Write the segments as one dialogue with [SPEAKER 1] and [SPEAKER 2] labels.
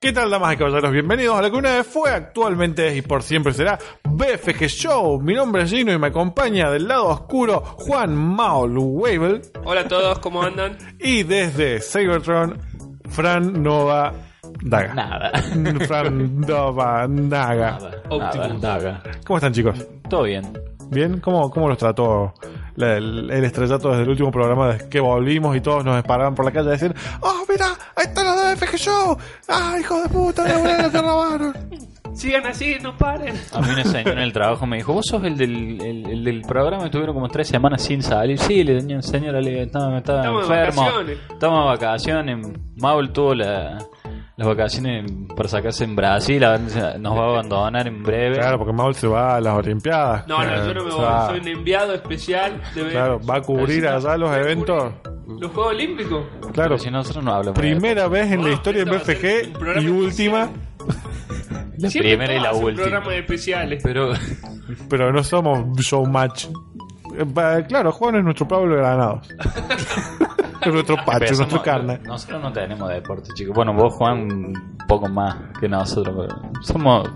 [SPEAKER 1] ¿Qué tal, damas y caballeros? Bienvenidos a lo que una vez fue, actualmente es y por siempre será BFG Show. Mi nombre es Gino y me acompaña del lado oscuro Juan Maul Weibel
[SPEAKER 2] Hola a todos, ¿cómo andan?
[SPEAKER 1] y desde Cybertron, Fran Nova Daga.
[SPEAKER 3] Nada.
[SPEAKER 1] Fran Nova Daga.
[SPEAKER 3] Nada,
[SPEAKER 2] Optimus.
[SPEAKER 3] nada.
[SPEAKER 1] ¿Cómo están, chicos?
[SPEAKER 3] Todo bien.
[SPEAKER 1] ¿Bien? ¿Cómo, cómo los trató la- el, el estrellato desde el último programa de que volvimos y todos nos paraban por la calle a decir ¡Oh, mira! ¡Ahí están los de FG Show! ¡Ah, hijo de puta! ¡De abuela, te robaron!
[SPEAKER 2] Sigan así, no paren.
[SPEAKER 3] A mí una señora en el trabajo me dijo, vos sos el del, el, el del programa que estuvieron como tres semanas sin salir. Sí, le tenía señora, le estaba, estaba
[SPEAKER 2] Estamos de
[SPEAKER 3] enfermo.
[SPEAKER 2] vacaciones.
[SPEAKER 3] Estamos de vacaciones. Maul tuvo la- las vacaciones para sacarse en Brasil, ahora se- nos va a abandonar en breve.
[SPEAKER 1] Claro, porque Maul se va a las Olimpiadas.
[SPEAKER 2] No, no, yo no me
[SPEAKER 1] Se
[SPEAKER 2] voy,
[SPEAKER 1] va-
[SPEAKER 2] soy un enviado especial de
[SPEAKER 1] Claro, va a cubrir allá los eventos.
[SPEAKER 2] los Juegos Olímpicos.
[SPEAKER 1] Claro,
[SPEAKER 3] Pero si nosotros no hablamos. de-
[SPEAKER 1] primera vez en la
[SPEAKER 2] Ah,
[SPEAKER 1] historia de
[SPEAKER 2] esto va a ser un
[SPEAKER 1] BFG
[SPEAKER 2] programa
[SPEAKER 1] y última,
[SPEAKER 3] La
[SPEAKER 2] Siempre
[SPEAKER 3] primera y
[SPEAKER 2] todos
[SPEAKER 3] la
[SPEAKER 2] hacen
[SPEAKER 3] última.
[SPEAKER 2] programas especiales.
[SPEAKER 1] Ah,
[SPEAKER 3] Pero
[SPEAKER 1] pero no somos showmatch. Eh, va- Claro, Juan es nuestro Pablo Granados. es nuestro Pacho, es nuestro
[SPEAKER 3] Empezamos-
[SPEAKER 1] carne.
[SPEAKER 3] Nosotros no tenemos deporte, chicos. Bueno, vos, Juan, un poco más que nosotros. pero somos.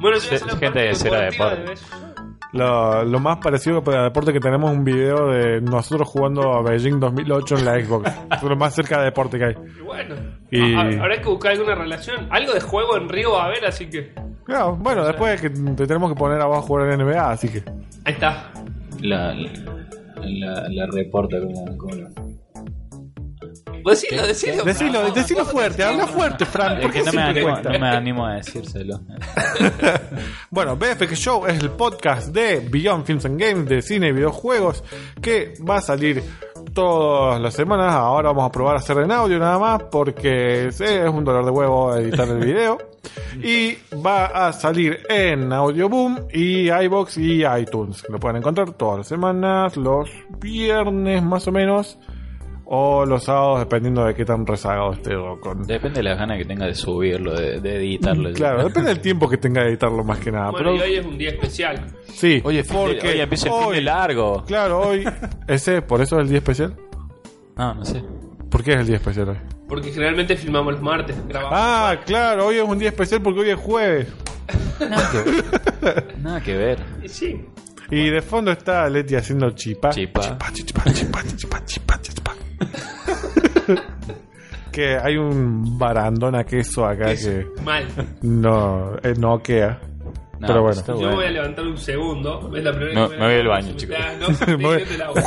[SPEAKER 2] Bueno,
[SPEAKER 3] Se- gente de cera de deporte.
[SPEAKER 1] Lo, lo más parecido para deporte que tenemos es un video de nosotros jugando a Beijing 2008 en la Xbox. es lo más cerca de deporte que hay.
[SPEAKER 2] Bueno,
[SPEAKER 1] Y-
[SPEAKER 2] a- a- habrá que buscar alguna relación. Algo de juego en Río va a haber, así que.
[SPEAKER 1] Claro, bueno, después que te tenemos que poner abajo a jugar en NBA, así que.
[SPEAKER 2] Ahí está.
[SPEAKER 3] La, la, la reporta como. como lo-
[SPEAKER 2] Decilo, decilo.
[SPEAKER 1] Decilo,
[SPEAKER 2] Bravo.
[SPEAKER 1] decilo fuerte, habla fuerte, Fran.
[SPEAKER 3] Es
[SPEAKER 1] porque
[SPEAKER 3] que no me,
[SPEAKER 1] siempre
[SPEAKER 3] animo,
[SPEAKER 1] cuesta?
[SPEAKER 3] no me animo a decírselo.
[SPEAKER 1] Bueno, BFK Show es el podcast de Beyond Films and Games, de cine y videojuegos, que va a salir todas las semanas. Ahora vamos a probar a hacer en audio nada más, porque es es un dolor de huevo editar el video. Y va a salir en Audioboom y iBox y iTunes. que Lo pueden encontrar todas las semanas, los viernes más o menos, o los sábados, dependiendo de qué tan rezagado esté o con.
[SPEAKER 3] Depende de las ganas que tenga de subirlo, de, de editarlo.
[SPEAKER 1] Claro, depende del tiempo que tenga de editarlo más que nada.
[SPEAKER 2] Bueno, y
[SPEAKER 1] pero-
[SPEAKER 2] hoy es un día especial.
[SPEAKER 1] Sí,
[SPEAKER 3] Oye, porque.
[SPEAKER 1] porque
[SPEAKER 3] Oye, empieza el fin de
[SPEAKER 1] hoy-
[SPEAKER 3] largo.
[SPEAKER 1] Claro, hoy. Ese, por eso es el día especial.
[SPEAKER 3] No, no sé.
[SPEAKER 1] ¿Por qué es el día especial hoy?
[SPEAKER 2] Porque generalmente filmamos los martes, grabamos.
[SPEAKER 1] Ah, claro, hoy es un día especial porque hoy es jueves.
[SPEAKER 3] Nada que ver. Nada que ver.
[SPEAKER 2] Y Sí.
[SPEAKER 1] Y de fondo está Leti haciendo chipa.
[SPEAKER 3] Chipa.
[SPEAKER 1] Chipa, chipa, chipa, chipa, chipa, chipa. que hay un barandón a queso acá que
[SPEAKER 2] Mal.
[SPEAKER 1] no, eh, no queda.
[SPEAKER 3] No,
[SPEAKER 1] Pero bueno.
[SPEAKER 3] está
[SPEAKER 2] Yo me voy a levantar un segundo. Es la primera
[SPEAKER 3] No,
[SPEAKER 2] que
[SPEAKER 3] me voy al baño,
[SPEAKER 2] Me
[SPEAKER 3] chicos.
[SPEAKER 2] da- No,
[SPEAKER 1] Me voy-
[SPEAKER 2] me del agua.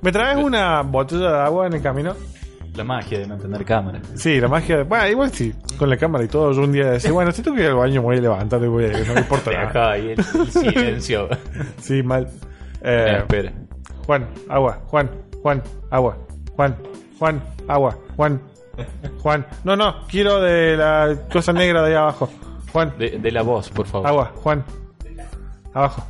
[SPEAKER 1] ¿Me traes una botella de agua en el camino?
[SPEAKER 3] La magia de no tener cámara.
[SPEAKER 1] Sí, la magia. de- Bueno, igual sí, con la cámara y todo. Yo un día decía, bueno, si tengo que ir al baño, me voy a levantar y voy a ir, no me importa nada.
[SPEAKER 3] Acá ahí el, el silencio.
[SPEAKER 1] Sí, mal.
[SPEAKER 3] Eh,
[SPEAKER 1] Eh,
[SPEAKER 3] espera.
[SPEAKER 1] Juan, agua, Juan, Juan, agua, Juan, Juan, agua, Juan, Juan. No, no, quiero de la cosa negra de ahí abajo. Juan,
[SPEAKER 3] De, de la voz, por favor.
[SPEAKER 1] agua, Juan. Abajo.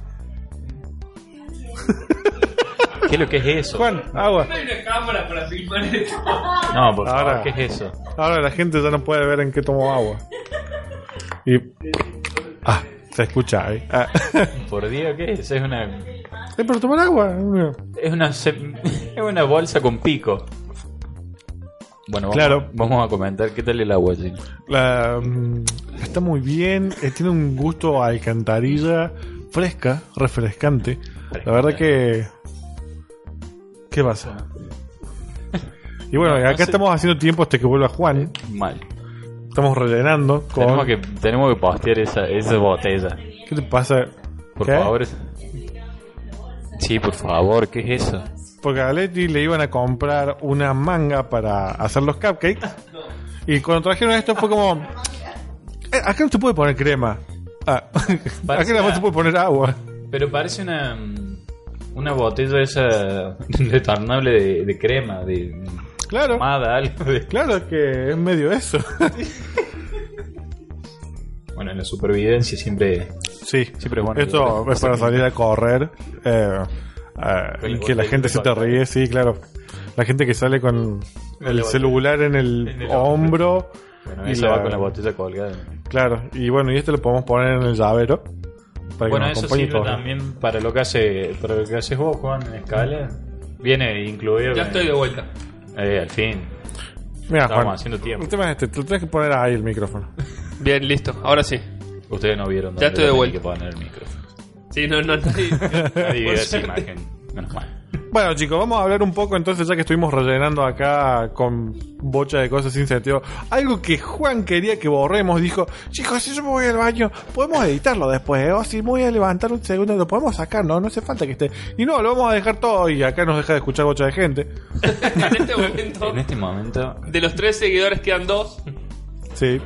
[SPEAKER 3] ¿Qué es lo que es eso?
[SPEAKER 1] Juan, agua.
[SPEAKER 2] No hay una cámara para filmar esto.
[SPEAKER 3] No, por
[SPEAKER 1] Ahora.
[SPEAKER 3] favor, ¿qué es eso?
[SPEAKER 1] Ahora la gente ya no puede ver en qué tomo agua. Y... Ah, se escucha ahí. Ah.
[SPEAKER 3] Por Dios, ¿qué es? Es una.
[SPEAKER 1] Eh, pero tomar agua.
[SPEAKER 3] Es una, se- es una bolsa con pico. Bueno, vamos,
[SPEAKER 1] Claro.
[SPEAKER 3] vamos a comentar qué tal el agua, sí.
[SPEAKER 1] La, mm, está muy bien, eh, tiene un gusto a alcantarilla fresca, refrescante. La verdad que... ¿Qué pasa? Y bueno,
[SPEAKER 3] No, no
[SPEAKER 1] acá
[SPEAKER 3] sé.
[SPEAKER 1] estamos haciendo tiempo hasta que vuelva Juan.
[SPEAKER 3] Mal.
[SPEAKER 1] Estamos rellenando
[SPEAKER 3] Tenemos
[SPEAKER 1] con...
[SPEAKER 3] que, tenemos que postear esa, esa botella.
[SPEAKER 1] ¿Qué te pasa?
[SPEAKER 3] Por
[SPEAKER 1] ¿Qué?
[SPEAKER 3] favor. Sí, por favor, ¿qué es eso?
[SPEAKER 1] Porque a Leti le iban a comprar una manga para hacer los cupcakes. Y cuando trajeron esto fue como... "Eh, acá no se puede poner crema. Ah, acá
[SPEAKER 3] Parece
[SPEAKER 1] nada más
[SPEAKER 3] una-
[SPEAKER 1] se puede poner agua.
[SPEAKER 3] Pero parece una. Una botella esa. Retornable de, de crema, de.
[SPEAKER 1] Claro.
[SPEAKER 3] Pomada, algo de.
[SPEAKER 1] Claro, es que es medio eso.
[SPEAKER 3] Bueno, en la supervivencia siempre.
[SPEAKER 1] Sí,
[SPEAKER 3] Siempre es bueno.
[SPEAKER 1] Esto es para salir a correr. eh, eh,
[SPEAKER 3] Con
[SPEAKER 1] y
[SPEAKER 3] el
[SPEAKER 1] que la
[SPEAKER 3] botellín
[SPEAKER 1] gente se te
[SPEAKER 3] colgado.
[SPEAKER 1] ríe, sí, claro. La gente que sale con el
[SPEAKER 3] botella.
[SPEAKER 1] celular en el,
[SPEAKER 3] En el
[SPEAKER 1] hombro.
[SPEAKER 3] Bueno,
[SPEAKER 1] y
[SPEAKER 3] esa
[SPEAKER 1] la-
[SPEAKER 3] va con la botella colgada.
[SPEAKER 1] Claro, y bueno, y este lo podemos poner en el llavero. Para
[SPEAKER 3] Bueno,
[SPEAKER 1] que nos
[SPEAKER 3] eso
[SPEAKER 1] acompañe
[SPEAKER 3] sirve
[SPEAKER 1] todo.
[SPEAKER 3] también para lo que hace, para lo que haces vos, Juan, en escala. Viene incluido.
[SPEAKER 2] Ya
[SPEAKER 3] en-
[SPEAKER 2] estoy de vuelta.
[SPEAKER 3] Eh, al fin.
[SPEAKER 1] Mira,
[SPEAKER 3] Estábamos
[SPEAKER 1] Juan,
[SPEAKER 3] haciendo
[SPEAKER 1] El
[SPEAKER 3] tiempo.
[SPEAKER 1] tema es este, tú tienes que poner ahí el micrófono.
[SPEAKER 2] Bien, listo. Ahora sí.
[SPEAKER 3] Ustedes no vieron.
[SPEAKER 2] Ya estoy de vuelta.
[SPEAKER 3] Que poner el micrófono.
[SPEAKER 2] Sí, no, no, no.
[SPEAKER 3] Nadie vio
[SPEAKER 2] Por
[SPEAKER 3] esa
[SPEAKER 2] suerte.
[SPEAKER 3] imagen. Menos mal.
[SPEAKER 1] Bueno, chicos, vamos a hablar un poco entonces, ya que estuvimos rellenando acá con bocha de cosas sin sentido. Algo que Juan quería que borremos, dijo: Chicos, si yo me voy al baño, podemos editarlo después, ¿eh? O si me voy a levantar un segundo, lo podemos sacar, ¿no? No hace falta que esté. Y no, lo vamos a dejar todo y acá nos deja de escuchar bocha de gente.
[SPEAKER 2] en este momento,
[SPEAKER 3] En este momento,
[SPEAKER 2] de los tres seguidores quedan dos.
[SPEAKER 1] Sí.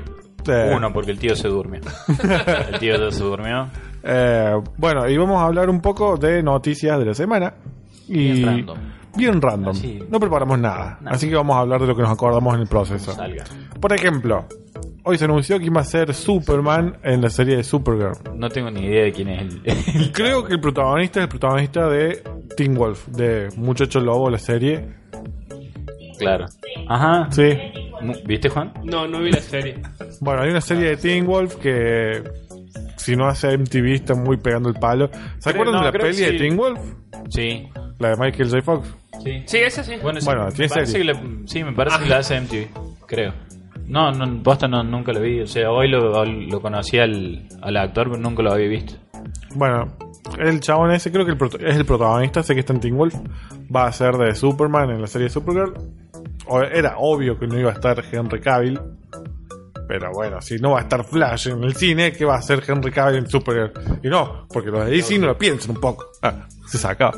[SPEAKER 1] Eh,
[SPEAKER 3] uno, porque el tío se durmió. El tío ya se durmió.
[SPEAKER 1] eh, bueno, y vamos a hablar un poco de noticias de la semana. Y
[SPEAKER 3] Bien random.
[SPEAKER 1] Bien random.
[SPEAKER 3] Así.
[SPEAKER 1] No preparamos nada.
[SPEAKER 3] Nada.
[SPEAKER 1] Así que vamos a hablar de lo que nos acordamos en el proceso.
[SPEAKER 3] Salga.
[SPEAKER 1] Por ejemplo, hoy se anunció que iba a ser Superman en la serie de Supergirl.
[SPEAKER 3] No tengo ni idea de quién es el. el-
[SPEAKER 1] Creo que el protagonista es el protagonista de Teen Wolf, de Muchacho Lobo, la serie.
[SPEAKER 3] claro. Ajá.
[SPEAKER 1] Sí.
[SPEAKER 3] Mu- ¿Viste, Juan?
[SPEAKER 2] No, no vi la serie.
[SPEAKER 1] Bueno, hay una serie de Teen Wolf que si no hace MTV está muy pegando el palo. ¿Se
[SPEAKER 3] Creo-
[SPEAKER 1] acuerdan
[SPEAKER 3] no,
[SPEAKER 1] de la
[SPEAKER 3] creo que
[SPEAKER 1] peli de
[SPEAKER 3] sí.
[SPEAKER 1] Teen Wolf?
[SPEAKER 3] Sí.
[SPEAKER 1] La de Michael J. Fox.
[SPEAKER 3] Sí.
[SPEAKER 2] Sí, esa sí.
[SPEAKER 3] Bueno, sí,
[SPEAKER 1] Bueno,
[SPEAKER 3] me
[SPEAKER 1] tiene
[SPEAKER 3] parece
[SPEAKER 1] serie.
[SPEAKER 3] que la- sí, me parece que la hace MTV, creo. No, no, posta no, nunca lo vi. O sea, hoy lo, lo conocí al, al actor, pero nunca lo había visto.
[SPEAKER 1] Bueno, el chabón ese creo que el prota- es el protagonista, sé que está en Teen Wolf. Va a ser de Superman en la serie de Supergirl. O- era obvio que no iba a estar Henry Cavill. Pero bueno, si no va a estar Flash en el cine, ¿qué va a hacer Henry Cavill en Supergirl? Y no, porque los de DC no lo piensan un poco. Ah, se saca.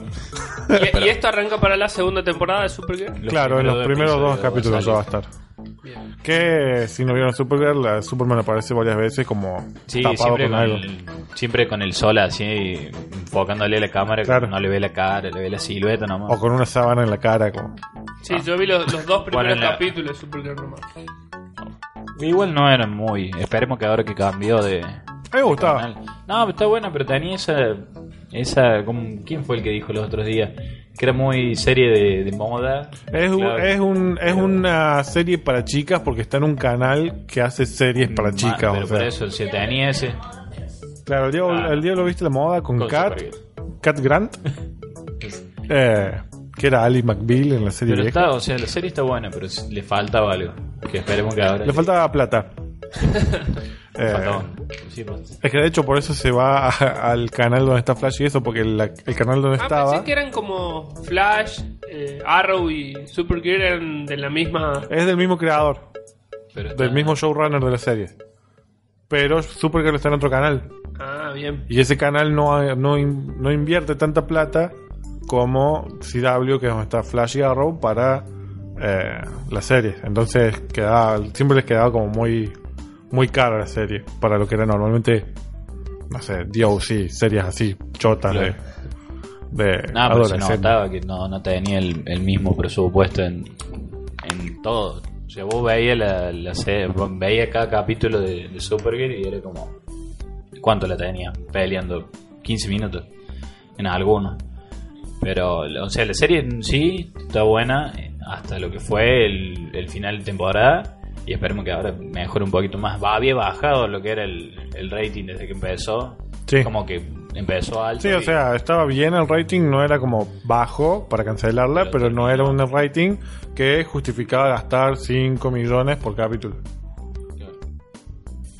[SPEAKER 2] Y, y esto arranca para la segunda temporada de Supergirl.
[SPEAKER 3] Los
[SPEAKER 1] Claro, en los primeros dos
[SPEAKER 3] episodios
[SPEAKER 1] capítulos ya va a
[SPEAKER 3] salen.
[SPEAKER 1] estar.
[SPEAKER 2] Bien.
[SPEAKER 1] Que si no vieron Supergirl, la Superman aparece varias veces como
[SPEAKER 3] Sí,
[SPEAKER 1] tapado
[SPEAKER 3] siempre
[SPEAKER 1] con,
[SPEAKER 3] con,
[SPEAKER 1] algo.
[SPEAKER 3] el, siempre con el sol así, enfocándole a la cámara, que
[SPEAKER 1] Claro.
[SPEAKER 3] no le ve la cara, le ve la silueta nomás.
[SPEAKER 1] O con una sábana en la cara. como-
[SPEAKER 2] Sí, yo vi los, los dos primeros
[SPEAKER 3] en la-
[SPEAKER 2] capítulos de Supergirl nomás.
[SPEAKER 3] Igual no era muy. Esperemos que ahora que cambió de.
[SPEAKER 1] A mí me gustaba.
[SPEAKER 3] canal. No, pero está buena, pero tenía esa. esa como- ¿Quién fue el que dijo los otros días? Que era muy serie de, de moda.
[SPEAKER 1] Es, un-
[SPEAKER 3] Claro.
[SPEAKER 1] es, un, es
[SPEAKER 3] Pero-
[SPEAKER 1] una serie para chicas porque está en un canal que hace series para
[SPEAKER 3] Ma-
[SPEAKER 1] chicas.
[SPEAKER 3] Pero
[SPEAKER 1] o sea.
[SPEAKER 3] por eso, si tenía ese.
[SPEAKER 1] Claro, el día,
[SPEAKER 3] Claro.
[SPEAKER 1] el día lo viste la moda con,
[SPEAKER 3] Con
[SPEAKER 1] Kat,
[SPEAKER 3] Supergirl.
[SPEAKER 1] Kat Grant, eh, que era Ali McBeal en la serie
[SPEAKER 3] Pero
[SPEAKER 1] vieja.
[SPEAKER 3] está, o sea, la serie está buena, pero s- le faltaba algo. Que esperemos que ahora.
[SPEAKER 1] Le faltaba plata. Eh,
[SPEAKER 3] faltaba. Sí, pues.
[SPEAKER 1] es que de hecho por eso se va a- al canal donde está Flash y eso, porque la- el canal donde
[SPEAKER 2] Ah,
[SPEAKER 1] estaba...
[SPEAKER 2] pensé que eran como Flash, eh, Arrow y Supergirl eran de la misma.
[SPEAKER 1] Es del mismo creador,
[SPEAKER 3] Pero está-
[SPEAKER 1] del mismo showrunner de la serie. Pero Supergirl está en otro canal.
[SPEAKER 2] Ah, bien.
[SPEAKER 1] Y ese canal no, no, in- no invierte tanta plata como CW, que es donde está Flash y Arrow, para eh, la serie. Entonces quedaba, siempre les quedaba como muy, muy cara la serie, para lo que era normalmente, no sé, DOC, series así, chotas
[SPEAKER 3] Claro.
[SPEAKER 1] de, de
[SPEAKER 3] No, pero se
[SPEAKER 1] adolescentes.
[SPEAKER 3] notaba que no, no tenía el, el mismo presupuesto en, en todo. O sea, vos veías, la, la serie- vos veías cada capítulo de, de Supergirl y era como... ¿Cuánto la tenía? Peleando 15 minutos en alguno. Pero, o sea, la serie en sí está buena eh, hasta lo que fue el, el final de temporada. Y esperemos que ahora mejore un poquito más. Va, había bajado lo que era el, el rating desde que empezó.
[SPEAKER 1] Sí.
[SPEAKER 3] Como que empezó alto.
[SPEAKER 1] Sí, o
[SPEAKER 3] y-
[SPEAKER 1] sea, estaba bien el rating, no era como bajo para cancelarla, pero no era un rating que justificaba gastar 5 millones por capítulo.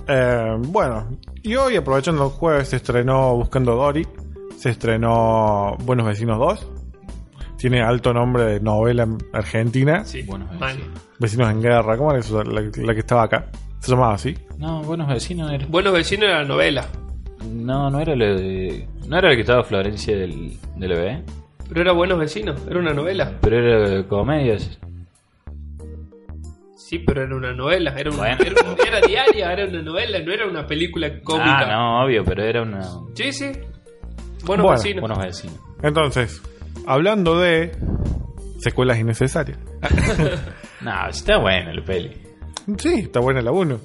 [SPEAKER 1] Eh, bueno, y hoy aprovechando el jueves se estrenó Buscando Dory, se estrenó Buenos Vecinos 2, tiene alto nombre de novela argentina,
[SPEAKER 2] Sí,
[SPEAKER 3] Bueno,
[SPEAKER 2] mal.
[SPEAKER 3] sí.
[SPEAKER 1] Vecinos en Guerra, ¿cómo era eso? La, la que estaba acá, se llamaba así.
[SPEAKER 3] No, buenos vecinos era.
[SPEAKER 2] Buenos vecinos era la novela.
[SPEAKER 3] No, no era lo de. No era el que estaba Florencia del, del bebé.
[SPEAKER 2] Pero era Buenos Vecinos, era una novela.
[SPEAKER 3] Pero era de comedias.
[SPEAKER 2] Sí, pero era una novela, era, un-
[SPEAKER 3] Bueno.
[SPEAKER 2] era, era diaria, era una novela, no era una película cómica.
[SPEAKER 3] Ah, no, obvio, pero era una.
[SPEAKER 2] Sí, sí. Buenos
[SPEAKER 1] Bueno,
[SPEAKER 2] Vecinos.
[SPEAKER 3] Buenos vecinos.
[SPEAKER 1] Entonces, hablando de secuelas innecesarias.
[SPEAKER 3] No, está buena la peli.
[SPEAKER 1] Sí, está buena la 1.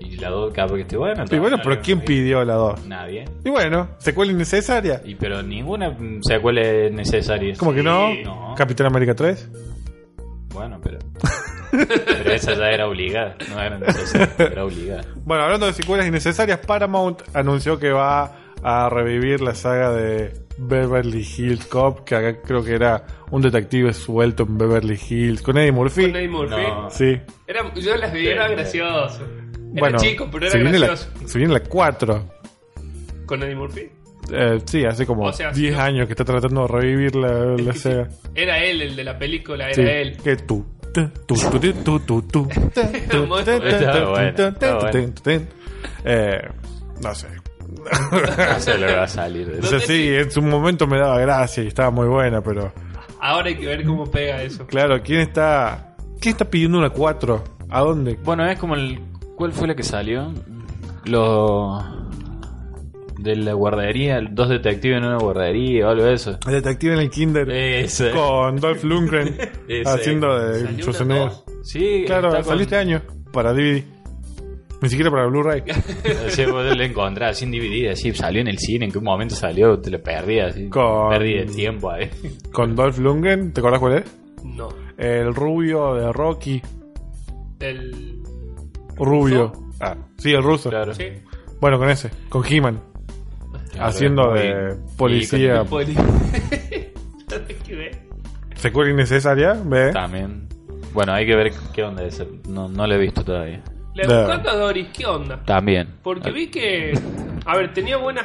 [SPEAKER 3] Y la dos capaz que esté buena.
[SPEAKER 1] Y bueno,
[SPEAKER 3] no,
[SPEAKER 1] pero
[SPEAKER 3] no,
[SPEAKER 1] ¿quién
[SPEAKER 3] no,
[SPEAKER 1] pidió la 2?
[SPEAKER 3] Nadie.
[SPEAKER 1] Y bueno, secuela innecesaria.
[SPEAKER 3] Y pero ninguna mm, secuela es necesaria.
[SPEAKER 1] ¿Cómo que no?
[SPEAKER 3] Sí, no.
[SPEAKER 1] Capitán América 3.
[SPEAKER 3] Bueno, pero. pero esa ya era obligada. No era necesaria, era obligada.
[SPEAKER 1] Bueno, hablando de secuelas innecesarias, Paramount anunció que va a revivir la saga de Beverly Hills Cop, que acá creo que era un detective suelto en Beverly Hills, con Eddie Murphy.
[SPEAKER 2] Con Eddie Murphy.
[SPEAKER 3] No.
[SPEAKER 1] Sí.
[SPEAKER 2] Era- yo las vi, era
[SPEAKER 3] Sí.
[SPEAKER 2] gracioso. Era
[SPEAKER 1] bueno,
[SPEAKER 2] chico, pero
[SPEAKER 1] se
[SPEAKER 2] era
[SPEAKER 1] viene, la,
[SPEAKER 2] gracioso.
[SPEAKER 1] se viene la 4.
[SPEAKER 2] Con Eddie Murphy.
[SPEAKER 1] Eh, sí, hace como
[SPEAKER 2] O sea,
[SPEAKER 1] 10
[SPEAKER 2] sí.
[SPEAKER 1] años que está tratando de revivir la, la saga.
[SPEAKER 2] Era él, el de la película, era
[SPEAKER 1] Sí,
[SPEAKER 2] él.
[SPEAKER 1] Que tú. tu, tu, tu, tu, tu, tu, tu, tu, tu, tu,
[SPEAKER 3] Está bueno,
[SPEAKER 1] tu, tu,
[SPEAKER 3] está
[SPEAKER 1] tu,
[SPEAKER 3] bueno.
[SPEAKER 1] tu, tu. Eh, No sé.
[SPEAKER 3] No se le va a salir. de
[SPEAKER 1] O
[SPEAKER 3] eso.
[SPEAKER 1] sea, sí, en su momento me daba gracia y estaba muy buena, pero.
[SPEAKER 2] Ahora hay que ver cómo pega eso.
[SPEAKER 1] Claro, ¿quién está. ¿Quién está pidiendo una 4? ¿A dónde?
[SPEAKER 3] Bueno, es como el. ¿Cuál fue la que salió? Los. De la guardería, dos detectives en una guardería o algo de eso.
[SPEAKER 1] El detective en el Kinder.
[SPEAKER 3] Ese.
[SPEAKER 1] Con Dolph Lundgren
[SPEAKER 3] Eh, Ese.
[SPEAKER 1] haciendo
[SPEAKER 2] Salió
[SPEAKER 1] de
[SPEAKER 2] una
[SPEAKER 1] Schwarzenegger.
[SPEAKER 2] dos.
[SPEAKER 3] Sí,
[SPEAKER 1] Claro,
[SPEAKER 3] está con-
[SPEAKER 1] salió este año para DVD. Ni siquiera para Blu-ray.
[SPEAKER 3] Sí, vos lo encontrás sin DVD, así salió en el cine, en qué momento salió, te lo perdías. así,
[SPEAKER 1] Con-
[SPEAKER 3] Perdí de tiempo ahí.
[SPEAKER 1] Con Dolph Lundgren, ¿te acordás cuál es?
[SPEAKER 2] No.
[SPEAKER 1] El rubio de Rocky.
[SPEAKER 2] El.
[SPEAKER 1] Rubio. Ah, sí, el ruso.
[SPEAKER 3] Claro.
[SPEAKER 2] Sí.
[SPEAKER 1] Bueno, con ese, con He-Man.
[SPEAKER 3] Claro,
[SPEAKER 1] Haciendo
[SPEAKER 3] muy-
[SPEAKER 1] de policía.
[SPEAKER 3] y con-
[SPEAKER 2] Poli. Ya te quedé.
[SPEAKER 1] ¿Secuela innecesaria? ¿Ve?
[SPEAKER 3] También. Bueno, hay que ver qué onda es. No, no lo he visto todavía.
[SPEAKER 2] La
[SPEAKER 1] Da.
[SPEAKER 2] buscando a Doris, ¿qué onda?
[SPEAKER 3] También.
[SPEAKER 2] Porque vi que. A ver, tenía buenas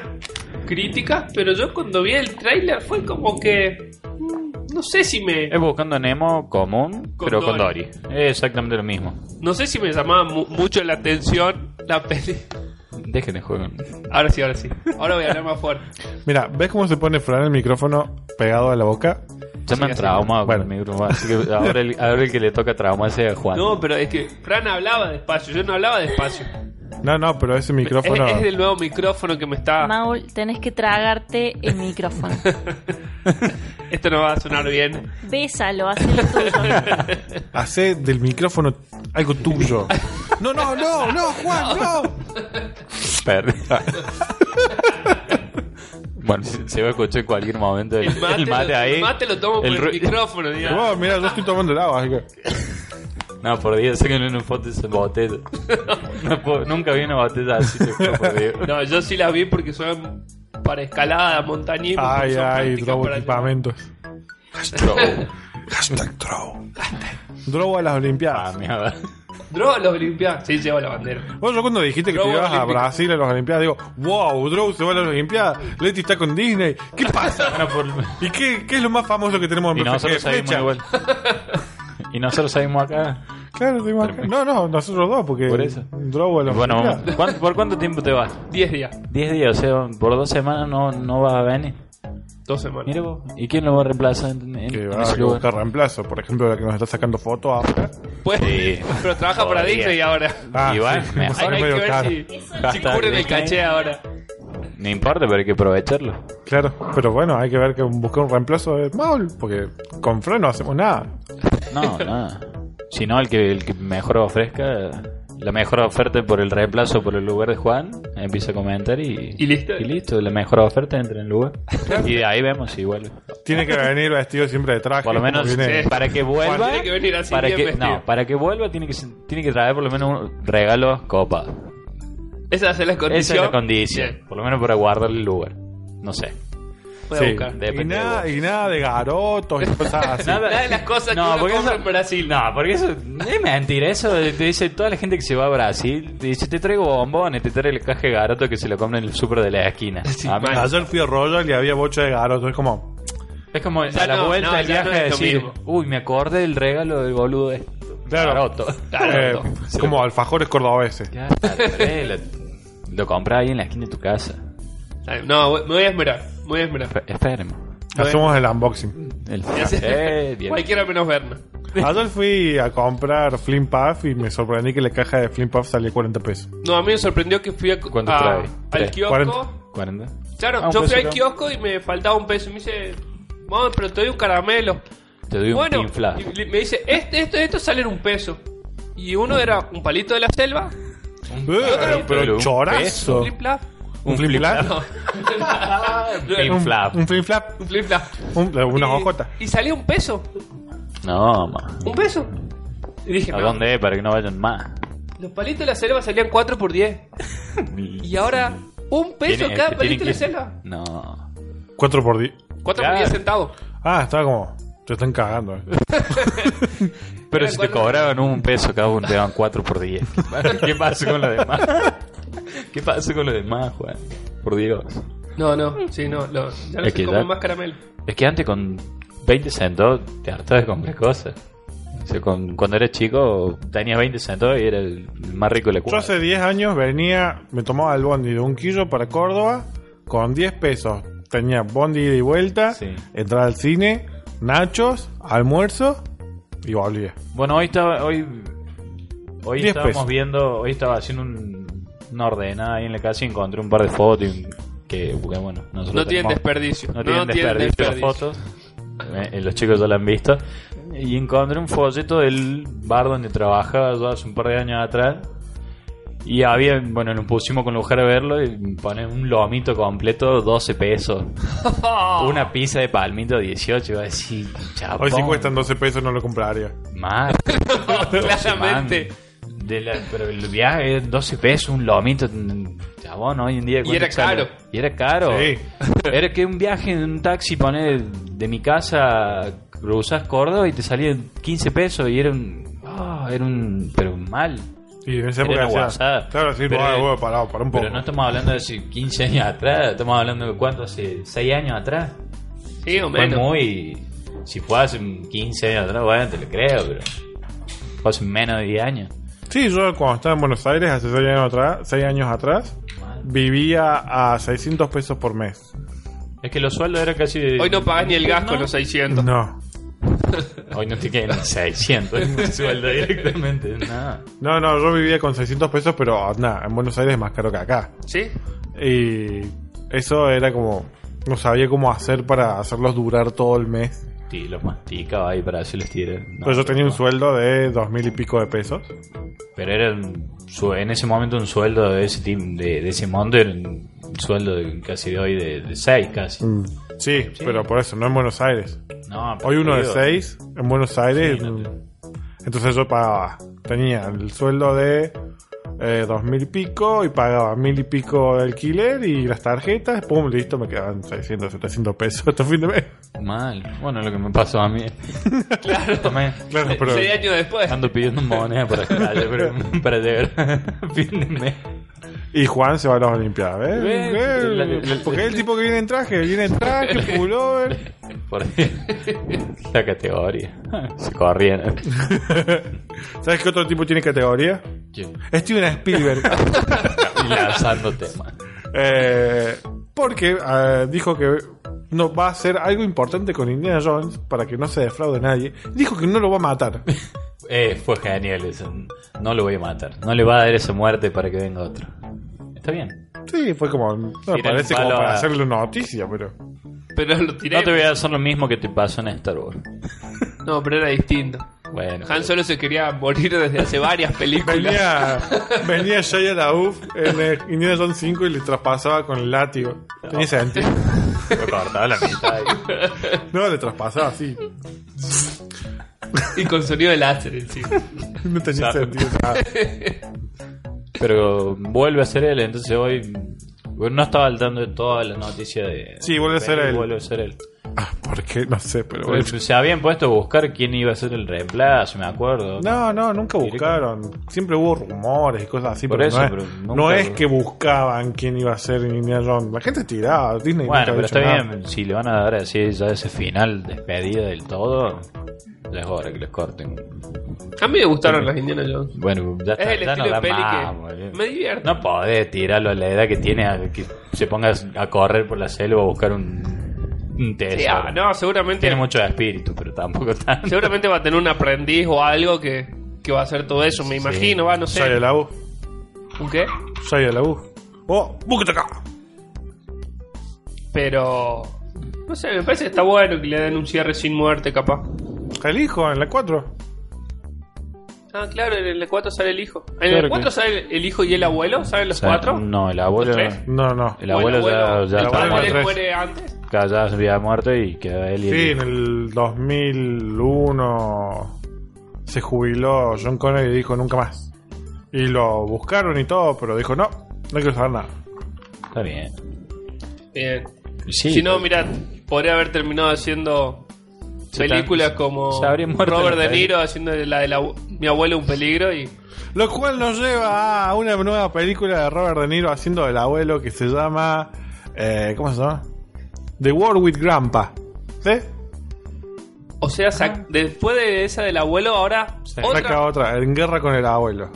[SPEAKER 2] críticas, pero yo cuando vi el tráiler fue como que. mm, No sé si me.
[SPEAKER 3] Es buscando a Nemo común,
[SPEAKER 2] Con
[SPEAKER 3] pero con
[SPEAKER 2] Dory.
[SPEAKER 3] Dory. Es exactamente lo mismo.
[SPEAKER 2] No sé si me llamaba mu- mucho la atención la peli.
[SPEAKER 3] Dejen de jugar.
[SPEAKER 2] Ahora sí, ahora sí. Ahora voy a hablar más fuerte.
[SPEAKER 1] Mira, ¿ves cómo se pone Fran el micrófono pegado a la boca?
[SPEAKER 3] Ya me han
[SPEAKER 2] así.
[SPEAKER 3] traumado
[SPEAKER 1] Bueno.
[SPEAKER 3] con mi grupo. Así que ahora el, ahora el que le toca traumarse es a Juan.
[SPEAKER 2] No, pero es que Fran hablaba despacio, yo no hablaba despacio.
[SPEAKER 1] No, no, pero ese micrófono.
[SPEAKER 2] Es, es el nuevo micrófono que me está.
[SPEAKER 4] Maul, tenés que tragarte el micrófono.
[SPEAKER 2] Esto no va a sonar bien.
[SPEAKER 4] Bésalo, hazlo tuyo.
[SPEAKER 1] Hacé del micrófono algo tuyo. No, no, no, no, Juan, no.
[SPEAKER 3] Perdí. bueno, se se va a escuchar en cualquier momento el,
[SPEAKER 2] El mate,
[SPEAKER 3] el mate
[SPEAKER 2] lo,
[SPEAKER 3] ahí.
[SPEAKER 2] el mate lo tomo por el,
[SPEAKER 3] ru-
[SPEAKER 2] micrófono, digamos.
[SPEAKER 1] Bueno, mira, yo estoy tomando el agua, así que.
[SPEAKER 3] No, por Dios, saquen una foto de esa botella. No puedo- nunca vi una botella así, te juro por Dios.
[SPEAKER 2] No, yo sí la vi porque son para escalada, montañismo.
[SPEAKER 1] Ay,
[SPEAKER 2] son
[SPEAKER 1] ay,
[SPEAKER 2] prácticas
[SPEAKER 1] drogo
[SPEAKER 2] para-
[SPEAKER 1] equipamientos. Hashtag drogo. Drogo a las
[SPEAKER 3] Ah,
[SPEAKER 1] Olimpiadas.
[SPEAKER 3] mierda.
[SPEAKER 2] Drogo a los Olimpiadas. Sí, llevo la bandera.
[SPEAKER 1] Vos, yo cuando dijiste que te
[SPEAKER 2] Drogo
[SPEAKER 1] ibas a
[SPEAKER 2] olímpico.
[SPEAKER 1] Brasil a las Olimpiadas, digo, wow, Drogo se va a las Olimpiadas, Leti está con Disney, ¿qué pasa?
[SPEAKER 3] Bueno, por-
[SPEAKER 1] ¿Y qué, qué es lo más famoso que tenemos en
[SPEAKER 3] Y
[SPEAKER 1] Perfect
[SPEAKER 3] nosotros
[SPEAKER 1] Game?
[SPEAKER 3] salimos
[SPEAKER 1] Fecha.
[SPEAKER 3] igual. Y nosotros salimos acá.
[SPEAKER 1] Claro, salimos acá. No, no, nosotros dos, porque.
[SPEAKER 3] Por eso.
[SPEAKER 1] Drogo a los
[SPEAKER 3] Bueno,
[SPEAKER 1] Olimpiadas.
[SPEAKER 3] ¿cuán- ¿por cuánto tiempo te vas?
[SPEAKER 2] 10 días,
[SPEAKER 3] Diez días, o sea, por dos semanas no, no vas a venir.
[SPEAKER 2] dos semanas.
[SPEAKER 3] Mira vos, ¿y quién lo va a reemplazar en, en-
[SPEAKER 1] Que
[SPEAKER 3] en
[SPEAKER 1] va
[SPEAKER 3] ese
[SPEAKER 1] a
[SPEAKER 3] lugar?
[SPEAKER 1] buscar reemplazo, por ejemplo, la que nos está sacando fotos ahora.
[SPEAKER 2] Pues-
[SPEAKER 3] Sí.
[SPEAKER 2] Pero trabaja para
[SPEAKER 3] Podría.
[SPEAKER 2] Disney ahora.
[SPEAKER 1] Ah,
[SPEAKER 3] Y bueno, me
[SPEAKER 1] nos sale
[SPEAKER 2] Ahora hay que
[SPEAKER 1] medio
[SPEAKER 2] ver
[SPEAKER 1] caro.
[SPEAKER 2] si, si
[SPEAKER 3] Hashtag
[SPEAKER 2] cubren el
[SPEAKER 3] Disney.
[SPEAKER 2] caché ahora.
[SPEAKER 3] No importa, pero hay que aprovecharlo.
[SPEAKER 1] Claro, pero bueno, hay que ver que buscar un reemplazo de Maul, porque con Fran no hacemos nada.
[SPEAKER 3] No, nada. Si no, el que, el que mejor ofrezca, la mejor oferta por el reemplazo por el lugar de Juan, empieza a comentar y,
[SPEAKER 2] Y listo.
[SPEAKER 3] Y listo, la mejor oferta entra en el lugar. Y de ahí vemos si vuelve.
[SPEAKER 1] Tiene que venir vestido siempre de traje.
[SPEAKER 3] Por lo menos
[SPEAKER 1] como viene-
[SPEAKER 2] sí.
[SPEAKER 3] para que vuelva.
[SPEAKER 2] Tiene que venir así
[SPEAKER 3] para
[SPEAKER 2] bien
[SPEAKER 3] que,
[SPEAKER 2] vestido.
[SPEAKER 3] no, para que vuelva tiene que, se- tiene que traer por lo menos un regalo copa.
[SPEAKER 2] Esa es la condición.
[SPEAKER 3] Esa es la condición.
[SPEAKER 2] Bien,
[SPEAKER 3] Por lo menos para guardar el lugar. No sé.
[SPEAKER 2] voy
[SPEAKER 1] Sí.
[SPEAKER 2] a buscar.
[SPEAKER 1] Y,
[SPEAKER 3] Depende
[SPEAKER 1] nada,
[SPEAKER 3] de
[SPEAKER 1] y nada de garotos y cosas así.
[SPEAKER 3] Nada-
[SPEAKER 2] Una de las cosas que uno
[SPEAKER 3] porque
[SPEAKER 2] compra
[SPEAKER 3] eso-
[SPEAKER 2] en Brasil.
[SPEAKER 3] No, porque eso es mentira. Eso te dice toda la gente que se va a Brasil. Te dice, te traigo bombones, te traigo el caje de garoto que se lo compra en el súper de la esquina. A mí-
[SPEAKER 1] Ayer fui a Royal y había bocha de garotos. Es como,
[SPEAKER 3] es como
[SPEAKER 2] Ya
[SPEAKER 3] a la
[SPEAKER 2] no,
[SPEAKER 3] vuelta
[SPEAKER 2] no,
[SPEAKER 3] del
[SPEAKER 2] ya
[SPEAKER 3] viaje
[SPEAKER 2] no es lo
[SPEAKER 3] decir,
[SPEAKER 2] mismo.
[SPEAKER 3] uy, me acordé del regalo del boludo de
[SPEAKER 1] Claro.
[SPEAKER 3] garoto.
[SPEAKER 1] eh, como alfajores cordobeses.
[SPEAKER 3] Ya está, trae, lo, lo compras ahí en la esquina de tu casa.
[SPEAKER 2] No, me voy a esmerar. Me voy a esmerar.
[SPEAKER 3] Fe- Enfermo.
[SPEAKER 1] Hacemos el unboxing.
[SPEAKER 3] El-
[SPEAKER 2] Y así-
[SPEAKER 3] Eh, bien.
[SPEAKER 2] Cualquiera menos vernos.
[SPEAKER 1] Ayer fui a comprar Flim Puff y me sorprendí que la caja de Flim Puff salía 40 pesos.
[SPEAKER 2] No, a mí me sorprendió que fui a,
[SPEAKER 3] ¿Cuánto
[SPEAKER 2] a-
[SPEAKER 3] trae?
[SPEAKER 2] al
[SPEAKER 3] Tres,
[SPEAKER 2] kiosco.
[SPEAKER 1] cuarenta.
[SPEAKER 3] 40.
[SPEAKER 2] Claro,
[SPEAKER 3] Ah, un
[SPEAKER 2] yo fui
[SPEAKER 3] peso
[SPEAKER 2] al
[SPEAKER 3] acá.
[SPEAKER 2] kiosco y me faltaba un peso. Y me dice, vamos, pero te doy un caramelo.
[SPEAKER 3] Te doy un
[SPEAKER 2] bueno,
[SPEAKER 3] Pin Flash.
[SPEAKER 2] y le- me dice, este, esto, esto salen un peso. Y uno era un palito de la selva,
[SPEAKER 1] Eh, pero
[SPEAKER 3] un
[SPEAKER 1] chorazo.
[SPEAKER 2] un flip flap.
[SPEAKER 1] Un Flim Flap.
[SPEAKER 2] No.
[SPEAKER 3] Pin
[SPEAKER 1] Un-
[SPEAKER 3] Flap.
[SPEAKER 1] Un Flim Flap.
[SPEAKER 2] un flip flap.
[SPEAKER 1] Un- Una
[SPEAKER 2] Y-
[SPEAKER 1] hojota.
[SPEAKER 2] Y salía un peso,
[SPEAKER 3] No, ma.
[SPEAKER 2] un peso. Y dije,
[SPEAKER 3] ¿A
[SPEAKER 2] no,
[SPEAKER 3] dónde es? Para que no vayan más.
[SPEAKER 2] los palitos de la selva salían 4 por 10. Y ahora, un peso
[SPEAKER 3] Tiene-
[SPEAKER 2] cada
[SPEAKER 3] tienen
[SPEAKER 2] palito de la
[SPEAKER 3] que-
[SPEAKER 2] selva.
[SPEAKER 3] No.
[SPEAKER 1] 4 por 10.
[SPEAKER 2] Cuatro
[SPEAKER 3] Claro.
[SPEAKER 2] por diez centavos.
[SPEAKER 1] Ah, estaba como. Te están cagando. eh.
[SPEAKER 3] Pero
[SPEAKER 2] Era
[SPEAKER 3] si te
[SPEAKER 2] cuatro.
[SPEAKER 3] cobraban un peso cada uno, te daban 4 por 10. ¿Qué pasa con los demás? ¿Qué pasa con los demás, Juan? Por Dios.
[SPEAKER 2] No, no, sí, no. lo- ya no se
[SPEAKER 3] Es que
[SPEAKER 2] come
[SPEAKER 3] ya-
[SPEAKER 2] más caramelo.
[SPEAKER 3] Es que antes con 20 centavos te hartabas de comprar cosas. O sea, con- cuando eras chico tenías 20 centavos y era el más rico de la
[SPEAKER 1] Yo
[SPEAKER 3] cuadra.
[SPEAKER 1] hace 10 años venía, me tomaba el bondi de un quillo para Córdoba con 10 pesos. Tenía bondi ida y vuelta,
[SPEAKER 3] Sí.
[SPEAKER 1] entrar al cine, nachos, almuerzo y volvía.
[SPEAKER 3] Bueno, hoy estaba, hoy, hoy
[SPEAKER 1] 10
[SPEAKER 3] estábamos
[SPEAKER 1] pesos.
[SPEAKER 3] viendo, hoy estaba haciendo un, una ordenada ahí en la casa y encontré un par de fotos y- que, porque, bueno, nosotros
[SPEAKER 2] No tienen
[SPEAKER 3] tenemos-
[SPEAKER 2] desperdicio.
[SPEAKER 3] No tienen desperdicio, las fotos. Eh, eh, los chicos ya la han visto. Y encontré un folleto del bar donde trabajaba yo hace un par de años atrás. Y había, bueno, nos pusimos con mujer a verlo y ponen un lomito completo, 12 pesos. Una pizza de palmito, 18. Iba a decir, chapón.
[SPEAKER 1] Hoy si cuestan 12 pesos no lo compraría.
[SPEAKER 3] Más.
[SPEAKER 2] claramente.
[SPEAKER 3] De la- pero el viaje, 12 pesos, un lomito. mm, Chabón, hoy en día. ¿cuánto
[SPEAKER 2] era
[SPEAKER 3] sale?
[SPEAKER 2] caro.
[SPEAKER 3] Y era caro.
[SPEAKER 1] Sí.
[SPEAKER 3] Era que un viaje en un taxi, poner de mi casa, cruzás Córdoba y te salían 15 pesos y era un. ah, era un. Pero mal.
[SPEAKER 1] Y en esa
[SPEAKER 3] Era
[SPEAKER 1] época
[SPEAKER 3] una
[SPEAKER 1] decía,
[SPEAKER 3] guasada.
[SPEAKER 1] Claro, sí,
[SPEAKER 3] Pero-
[SPEAKER 1] no, ah, bueno, parado, para un poco.
[SPEAKER 3] Pero no estamos hablando de hace 15 años atrás, estamos hablando de cuánto hace 6 años atrás.
[SPEAKER 2] Sí, o
[SPEAKER 3] Fue
[SPEAKER 2] menos.
[SPEAKER 3] muy. Si fue hace 15 años atrás, bueno, te lo creo, pero. Fue hace menos de 10 años.
[SPEAKER 1] Sí, yo cuando estaba en Buenos Aires hace 6 años atrás, seis años atrás vivía a 600 pesos por mes.
[SPEAKER 3] Es que los sueldos eran casi. de-
[SPEAKER 2] Hoy no pagas ni el gas con los 600.
[SPEAKER 1] No.
[SPEAKER 3] Hoy no te quedan 600 en el sueldo directamente. No.
[SPEAKER 1] No, no, yo vivía con 600 pesos, pero nada, en Buenos Aires es más caro que acá.
[SPEAKER 2] ¿Sí?
[SPEAKER 1] Y eso era como. No sabía cómo hacer para hacerlos durar todo el mes.
[SPEAKER 3] Sí, los masticaba ahí para hacerles tirar. No,
[SPEAKER 1] pero yo tenía un
[SPEAKER 3] no.
[SPEAKER 1] sueldo de dos mil y pico de pesos.
[SPEAKER 3] Pero era un su- en ese momento un sueldo de ese team, de, de ese monto era un sueldo de casi de hoy de, 6 casi.
[SPEAKER 1] Sí, pero por eso, no en Buenos Aires.
[SPEAKER 3] No, pero
[SPEAKER 1] Hoy uno de
[SPEAKER 3] digo,
[SPEAKER 1] seis, en Buenos Aires.
[SPEAKER 3] Sí, no te-
[SPEAKER 1] Entonces yo pagaba. Tenía el sueldo de eh, dos mil y pico y pagaba mil y pico de alquiler y las tarjetas. Pum, listo, me quedaban 600, 700 pesos hasta fin de mes.
[SPEAKER 3] Mal. Bueno, lo que me pasó a mí. claro.
[SPEAKER 1] Claro, pero.
[SPEAKER 2] Seis años después.
[SPEAKER 3] Ando pidiendo moneda para, para, para llegar a fin de mes.
[SPEAKER 1] Y Juan se va a las Olimpiadas, ¿ves?
[SPEAKER 3] Ve,
[SPEAKER 1] Ve,
[SPEAKER 3] la- la-
[SPEAKER 1] Porque es el tipo que viene en traje, viene en traje, pullover.
[SPEAKER 3] Por la categoría. Se corrían.
[SPEAKER 1] ¿Sabes qué otro tipo tiene categoría? Steven Spielberg.
[SPEAKER 3] Y lanzando temas.
[SPEAKER 1] Eh, porque eh, dijo que no va a hacer algo importante con Indiana Jones para que no se defraude a nadie. Dijo que no lo va a matar.
[SPEAKER 3] Eh, fue genial eso. No lo voy a matar. No le va a dar esa muerte para que venga otro. Está bien.
[SPEAKER 1] Sí, fue como. No me
[SPEAKER 3] el
[SPEAKER 1] parece como
[SPEAKER 3] palo
[SPEAKER 1] para
[SPEAKER 3] a-
[SPEAKER 1] hacerle una noticia, pero.
[SPEAKER 2] Pero lo tiré.
[SPEAKER 3] No te voy a hacer lo mismo que te pasó en Star Wars.
[SPEAKER 2] No, pero era distinto.
[SPEAKER 3] Bueno.
[SPEAKER 2] Han Solo se quería morir desde hace varias películas.
[SPEAKER 1] Venía, venía Shia LaBeouf en eh, Indiana Jones 5 y le traspasaba con el látigo. Tenía sentido.
[SPEAKER 3] pero lo cortaba la mitad.
[SPEAKER 1] No, le traspasaba así.
[SPEAKER 2] y con sonido de láser encima.
[SPEAKER 1] No tenía
[SPEAKER 3] Sabe.
[SPEAKER 1] sentido. Ah, nada.
[SPEAKER 3] Pero vuelve a ser él, entonces hoy. bueno, no estaba al tanto de todas las noticias de.
[SPEAKER 1] Sí, vuelve a ser
[SPEAKER 3] Pero
[SPEAKER 1] él.
[SPEAKER 3] Vuelve a ser él.
[SPEAKER 1] Ah, ¿Por qué? No sé, pero bueno.
[SPEAKER 3] Se habían puesto a buscar quién iba a ser el reemplazo, me acuerdo.
[SPEAKER 1] No, no, nunca buscaron. Siempre hubo rumores y cosas así,
[SPEAKER 3] Por
[SPEAKER 1] pero,
[SPEAKER 3] eso,
[SPEAKER 1] no, es,
[SPEAKER 3] pero nunca-
[SPEAKER 1] no es que buscaban quién iba a ser Indiana Jones. La gente tiraba, Disney nunca
[SPEAKER 3] Bueno, pero
[SPEAKER 1] ha
[SPEAKER 3] está
[SPEAKER 1] dicho nada.
[SPEAKER 3] bien, si le van a dar así ya ese final despedida del todo, ya es hora que les corten.
[SPEAKER 2] A mí me gustaron las Indiana Jones.
[SPEAKER 3] Bueno, ya
[SPEAKER 2] Es
[SPEAKER 3] está,
[SPEAKER 2] el
[SPEAKER 3] ya no
[SPEAKER 2] estilo
[SPEAKER 3] da
[SPEAKER 2] de peli
[SPEAKER 3] más,
[SPEAKER 2] que
[SPEAKER 3] boludo.
[SPEAKER 2] me divierte.
[SPEAKER 3] No podés tirarlo a la edad que tiene, a que se ponga a correr por la selva a buscar un, un tesoro.
[SPEAKER 2] Sí, ah, no, seguramente.
[SPEAKER 3] Tiene mucho espíritu, pero tampoco tanto.
[SPEAKER 2] Seguramente va a tener un aprendiz o algo que, que va a hacer todo eso, me imagino, va, no
[SPEAKER 1] Shia
[SPEAKER 2] sé.
[SPEAKER 1] LaBeouf.
[SPEAKER 2] ¿Un qué?
[SPEAKER 1] Shia LaBeouf. ¡Oh! ¡Búsquete acá!
[SPEAKER 2] Pero. No sé, me parece que está bueno que le den un cierre sin muerte, capaz.
[SPEAKER 1] El hijo en la 4.
[SPEAKER 2] Ah, claro, en el 4 sale el hijo. En
[SPEAKER 3] Claro
[SPEAKER 2] el 4
[SPEAKER 3] que-
[SPEAKER 2] sale el hijo y el abuelo, ¿salen los
[SPEAKER 3] O sea,
[SPEAKER 2] 4?
[SPEAKER 3] No, el abuelo.
[SPEAKER 2] ¿Los tres?
[SPEAKER 1] No, no.
[SPEAKER 3] El abuelo, ya, ya
[SPEAKER 1] el
[SPEAKER 3] está
[SPEAKER 1] abuelo
[SPEAKER 3] muerto.
[SPEAKER 1] tres.
[SPEAKER 2] muere antes.
[SPEAKER 3] Ya- Ya se había muerto y queda él y
[SPEAKER 1] Sí,
[SPEAKER 3] el
[SPEAKER 1] en el 2001 se jubiló John Connery y dijo nunca más. Y lo buscaron y todo, pero dijo no, no quiero saber nada.
[SPEAKER 3] Está bien.
[SPEAKER 2] Bien.
[SPEAKER 3] Sí,
[SPEAKER 2] si no, mirá, podría haber terminado haciendo
[SPEAKER 3] Se tan-
[SPEAKER 2] películas como
[SPEAKER 3] se habría muerto
[SPEAKER 2] Robert
[SPEAKER 3] la
[SPEAKER 2] De
[SPEAKER 3] peli.
[SPEAKER 2] Niro haciendo de la de la- mi abuelo un peligro y
[SPEAKER 1] Lo cual nos lleva a una nueva película de Robert De Niro haciendo del abuelo que se llama. eh, ¿Cómo se llama? The War with Grandpa. ¿Sí?
[SPEAKER 2] o sea, sac- después de esa del abuelo ahora
[SPEAKER 1] Saca
[SPEAKER 2] otra
[SPEAKER 1] otra, En Guerra con el Abuelo.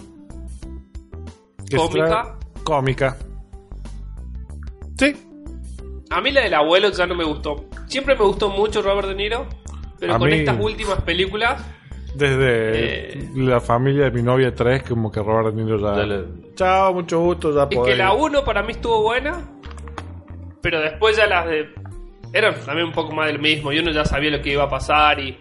[SPEAKER 1] Que se
[SPEAKER 2] ¿Cómica?
[SPEAKER 1] trae- Cómica. Sí.
[SPEAKER 2] A mí la del abuelo ya no me gustó. Siempre me gustó mucho Robert De Niro, pero
[SPEAKER 1] A
[SPEAKER 2] con
[SPEAKER 1] mí-
[SPEAKER 2] estas últimas películas
[SPEAKER 1] Desde
[SPEAKER 2] Eh.
[SPEAKER 1] la familia de mi novia 3, como que Robert De Niro ya.
[SPEAKER 3] Ya le-
[SPEAKER 1] Chao, mucho gusto, ya
[SPEAKER 2] es
[SPEAKER 1] podés
[SPEAKER 2] que la
[SPEAKER 1] ir.
[SPEAKER 3] Pues-
[SPEAKER 2] 1 para mí estuvo buena, pero después ya las de eran también un poco más del mismo y uno ya sabía lo que iba a pasar y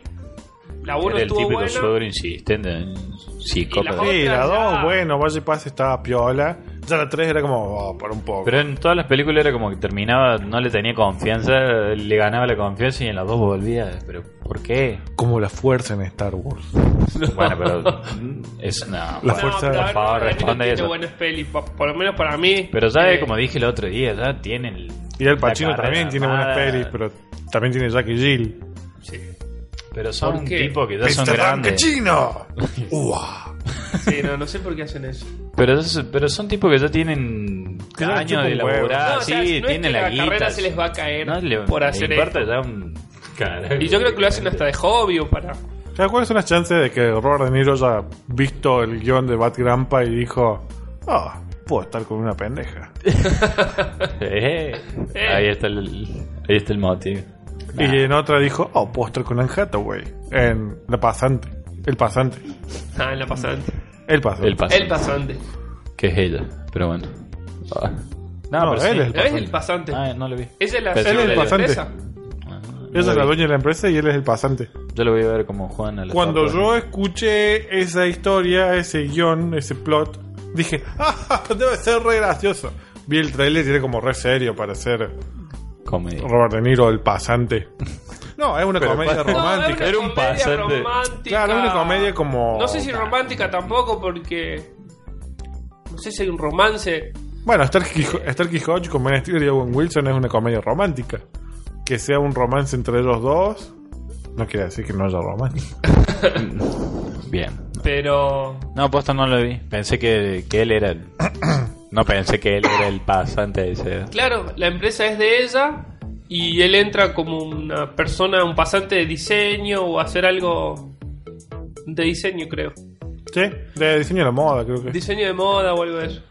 [SPEAKER 2] la 1
[SPEAKER 3] era el
[SPEAKER 2] estuvo
[SPEAKER 3] típico
[SPEAKER 2] buena.
[SPEAKER 3] suegro insistente, eh, psicópata.
[SPEAKER 2] otra
[SPEAKER 1] Sí, la
[SPEAKER 2] ya.
[SPEAKER 1] 2, bueno, vaya y pase, estaba piola. Ya la 3 era como, oh, para un poco.
[SPEAKER 3] Pero en todas las películas era como que terminaba, no le tenía confianza, le ganaba la confianza y en las dos volvía. Pero, ¿por qué?
[SPEAKER 1] Como la fuerza en Star Wars.
[SPEAKER 3] Bueno, pero. Es, no,
[SPEAKER 1] La
[SPEAKER 3] bueno.
[SPEAKER 2] No,
[SPEAKER 1] fuerza-
[SPEAKER 2] pero
[SPEAKER 1] por
[SPEAKER 2] a ver,
[SPEAKER 3] favor,
[SPEAKER 2] Robert De Niro
[SPEAKER 3] responda
[SPEAKER 2] tiene
[SPEAKER 3] eso.
[SPEAKER 2] buenas pelis, pa- por lo menos para mí.
[SPEAKER 3] Pero ya,
[SPEAKER 2] eh,
[SPEAKER 3] como dije el otro día, ya tienen. el-
[SPEAKER 1] Y el
[SPEAKER 3] la
[SPEAKER 1] Pacino
[SPEAKER 3] carrera
[SPEAKER 1] también tiene buenas
[SPEAKER 3] armada,
[SPEAKER 1] pelis, pero también tiene Jackie Jill.
[SPEAKER 2] sí.
[SPEAKER 3] Pero son
[SPEAKER 2] ¿Por qué?
[SPEAKER 3] tipos que ya son
[SPEAKER 1] Mr.
[SPEAKER 3] grandes.
[SPEAKER 1] Chino! ¡Uah!
[SPEAKER 2] Sí, no, no sé por qué hacen eso.
[SPEAKER 3] Pero, es- pero son tipos que ya tienen
[SPEAKER 1] Que ya les
[SPEAKER 3] años
[SPEAKER 1] chupa
[SPEAKER 3] de
[SPEAKER 1] un huevo.
[SPEAKER 3] laburar,
[SPEAKER 2] No, o
[SPEAKER 3] sí,
[SPEAKER 2] sea, no es
[SPEAKER 3] tienen
[SPEAKER 2] que
[SPEAKER 3] la,
[SPEAKER 2] la
[SPEAKER 3] guita.
[SPEAKER 2] carrera se les va a caer
[SPEAKER 3] no le-
[SPEAKER 2] por
[SPEAKER 3] le
[SPEAKER 2] hacer
[SPEAKER 3] importa ya un carajo.
[SPEAKER 2] Y yo creo que lo hacen hasta de hobby o para.
[SPEAKER 1] ¿Cuáles son las chances de que Robert De Niro haya visto el guión de Bad Grandpa y dijo, oh, puedo estar con una pendeja?
[SPEAKER 3] Eh,
[SPEAKER 2] Eh.
[SPEAKER 3] Ahí está el, ahí está el motivo.
[SPEAKER 1] Y en otra dijo, oh, puedo estar con Anne Hathaway. En La Pasante. El Pasante.
[SPEAKER 2] Ah, en la pasante.
[SPEAKER 1] El Pasante.
[SPEAKER 3] El pasante,
[SPEAKER 2] El pasante.
[SPEAKER 3] que es ella, pero bueno. Ah.
[SPEAKER 1] No, él es el
[SPEAKER 2] ¿Ves el pasante?
[SPEAKER 3] Ah, no lo vi.
[SPEAKER 2] Ella es la
[SPEAKER 3] Pensé
[SPEAKER 2] señora
[SPEAKER 3] que
[SPEAKER 2] de la
[SPEAKER 3] era
[SPEAKER 1] el pasante.
[SPEAKER 2] empresa.
[SPEAKER 3] Ah, no
[SPEAKER 1] Ella es
[SPEAKER 3] lo
[SPEAKER 1] la
[SPEAKER 3] vi.
[SPEAKER 1] dueña de la empresa y él es el pasante.
[SPEAKER 3] Yo lo voy a ver como Juan a la
[SPEAKER 1] Cuando
[SPEAKER 3] tarde.
[SPEAKER 1] yo escuché esa historia, ese guión, ese plot, dije, ¡ah! Debe ser re gracioso. Vi el trailer y era como re serio para ser
[SPEAKER 3] Comedia.
[SPEAKER 1] Robert De Niro, el pasante. No, es una
[SPEAKER 3] Pero
[SPEAKER 1] comedia
[SPEAKER 3] pasa-
[SPEAKER 1] romántica.
[SPEAKER 3] Era un
[SPEAKER 2] comedia
[SPEAKER 3] pasante.
[SPEAKER 2] romántica.
[SPEAKER 1] Claro, una comedia como-
[SPEAKER 2] No sé si romántica tampoco, porque. No sé si hay un romance.
[SPEAKER 1] Bueno, Star Hodge con Ben Stiller y Owen Wilson es una comedia romántica. Que sea un romance entre ellos dos, no quiere decir que no haya romance.
[SPEAKER 3] Bien.
[SPEAKER 2] Pero.
[SPEAKER 3] No, posta no lo vi. Pensé que, que él era el... No pensé que él era el pasante de ese...
[SPEAKER 2] Claro, la empresa es de ella. Y él entra como una persona, un pasante de diseño o hacer algo. De diseño, creo.
[SPEAKER 1] ¿Sí? De diseño de la moda, creo que.
[SPEAKER 2] Diseño de moda o algo de eso.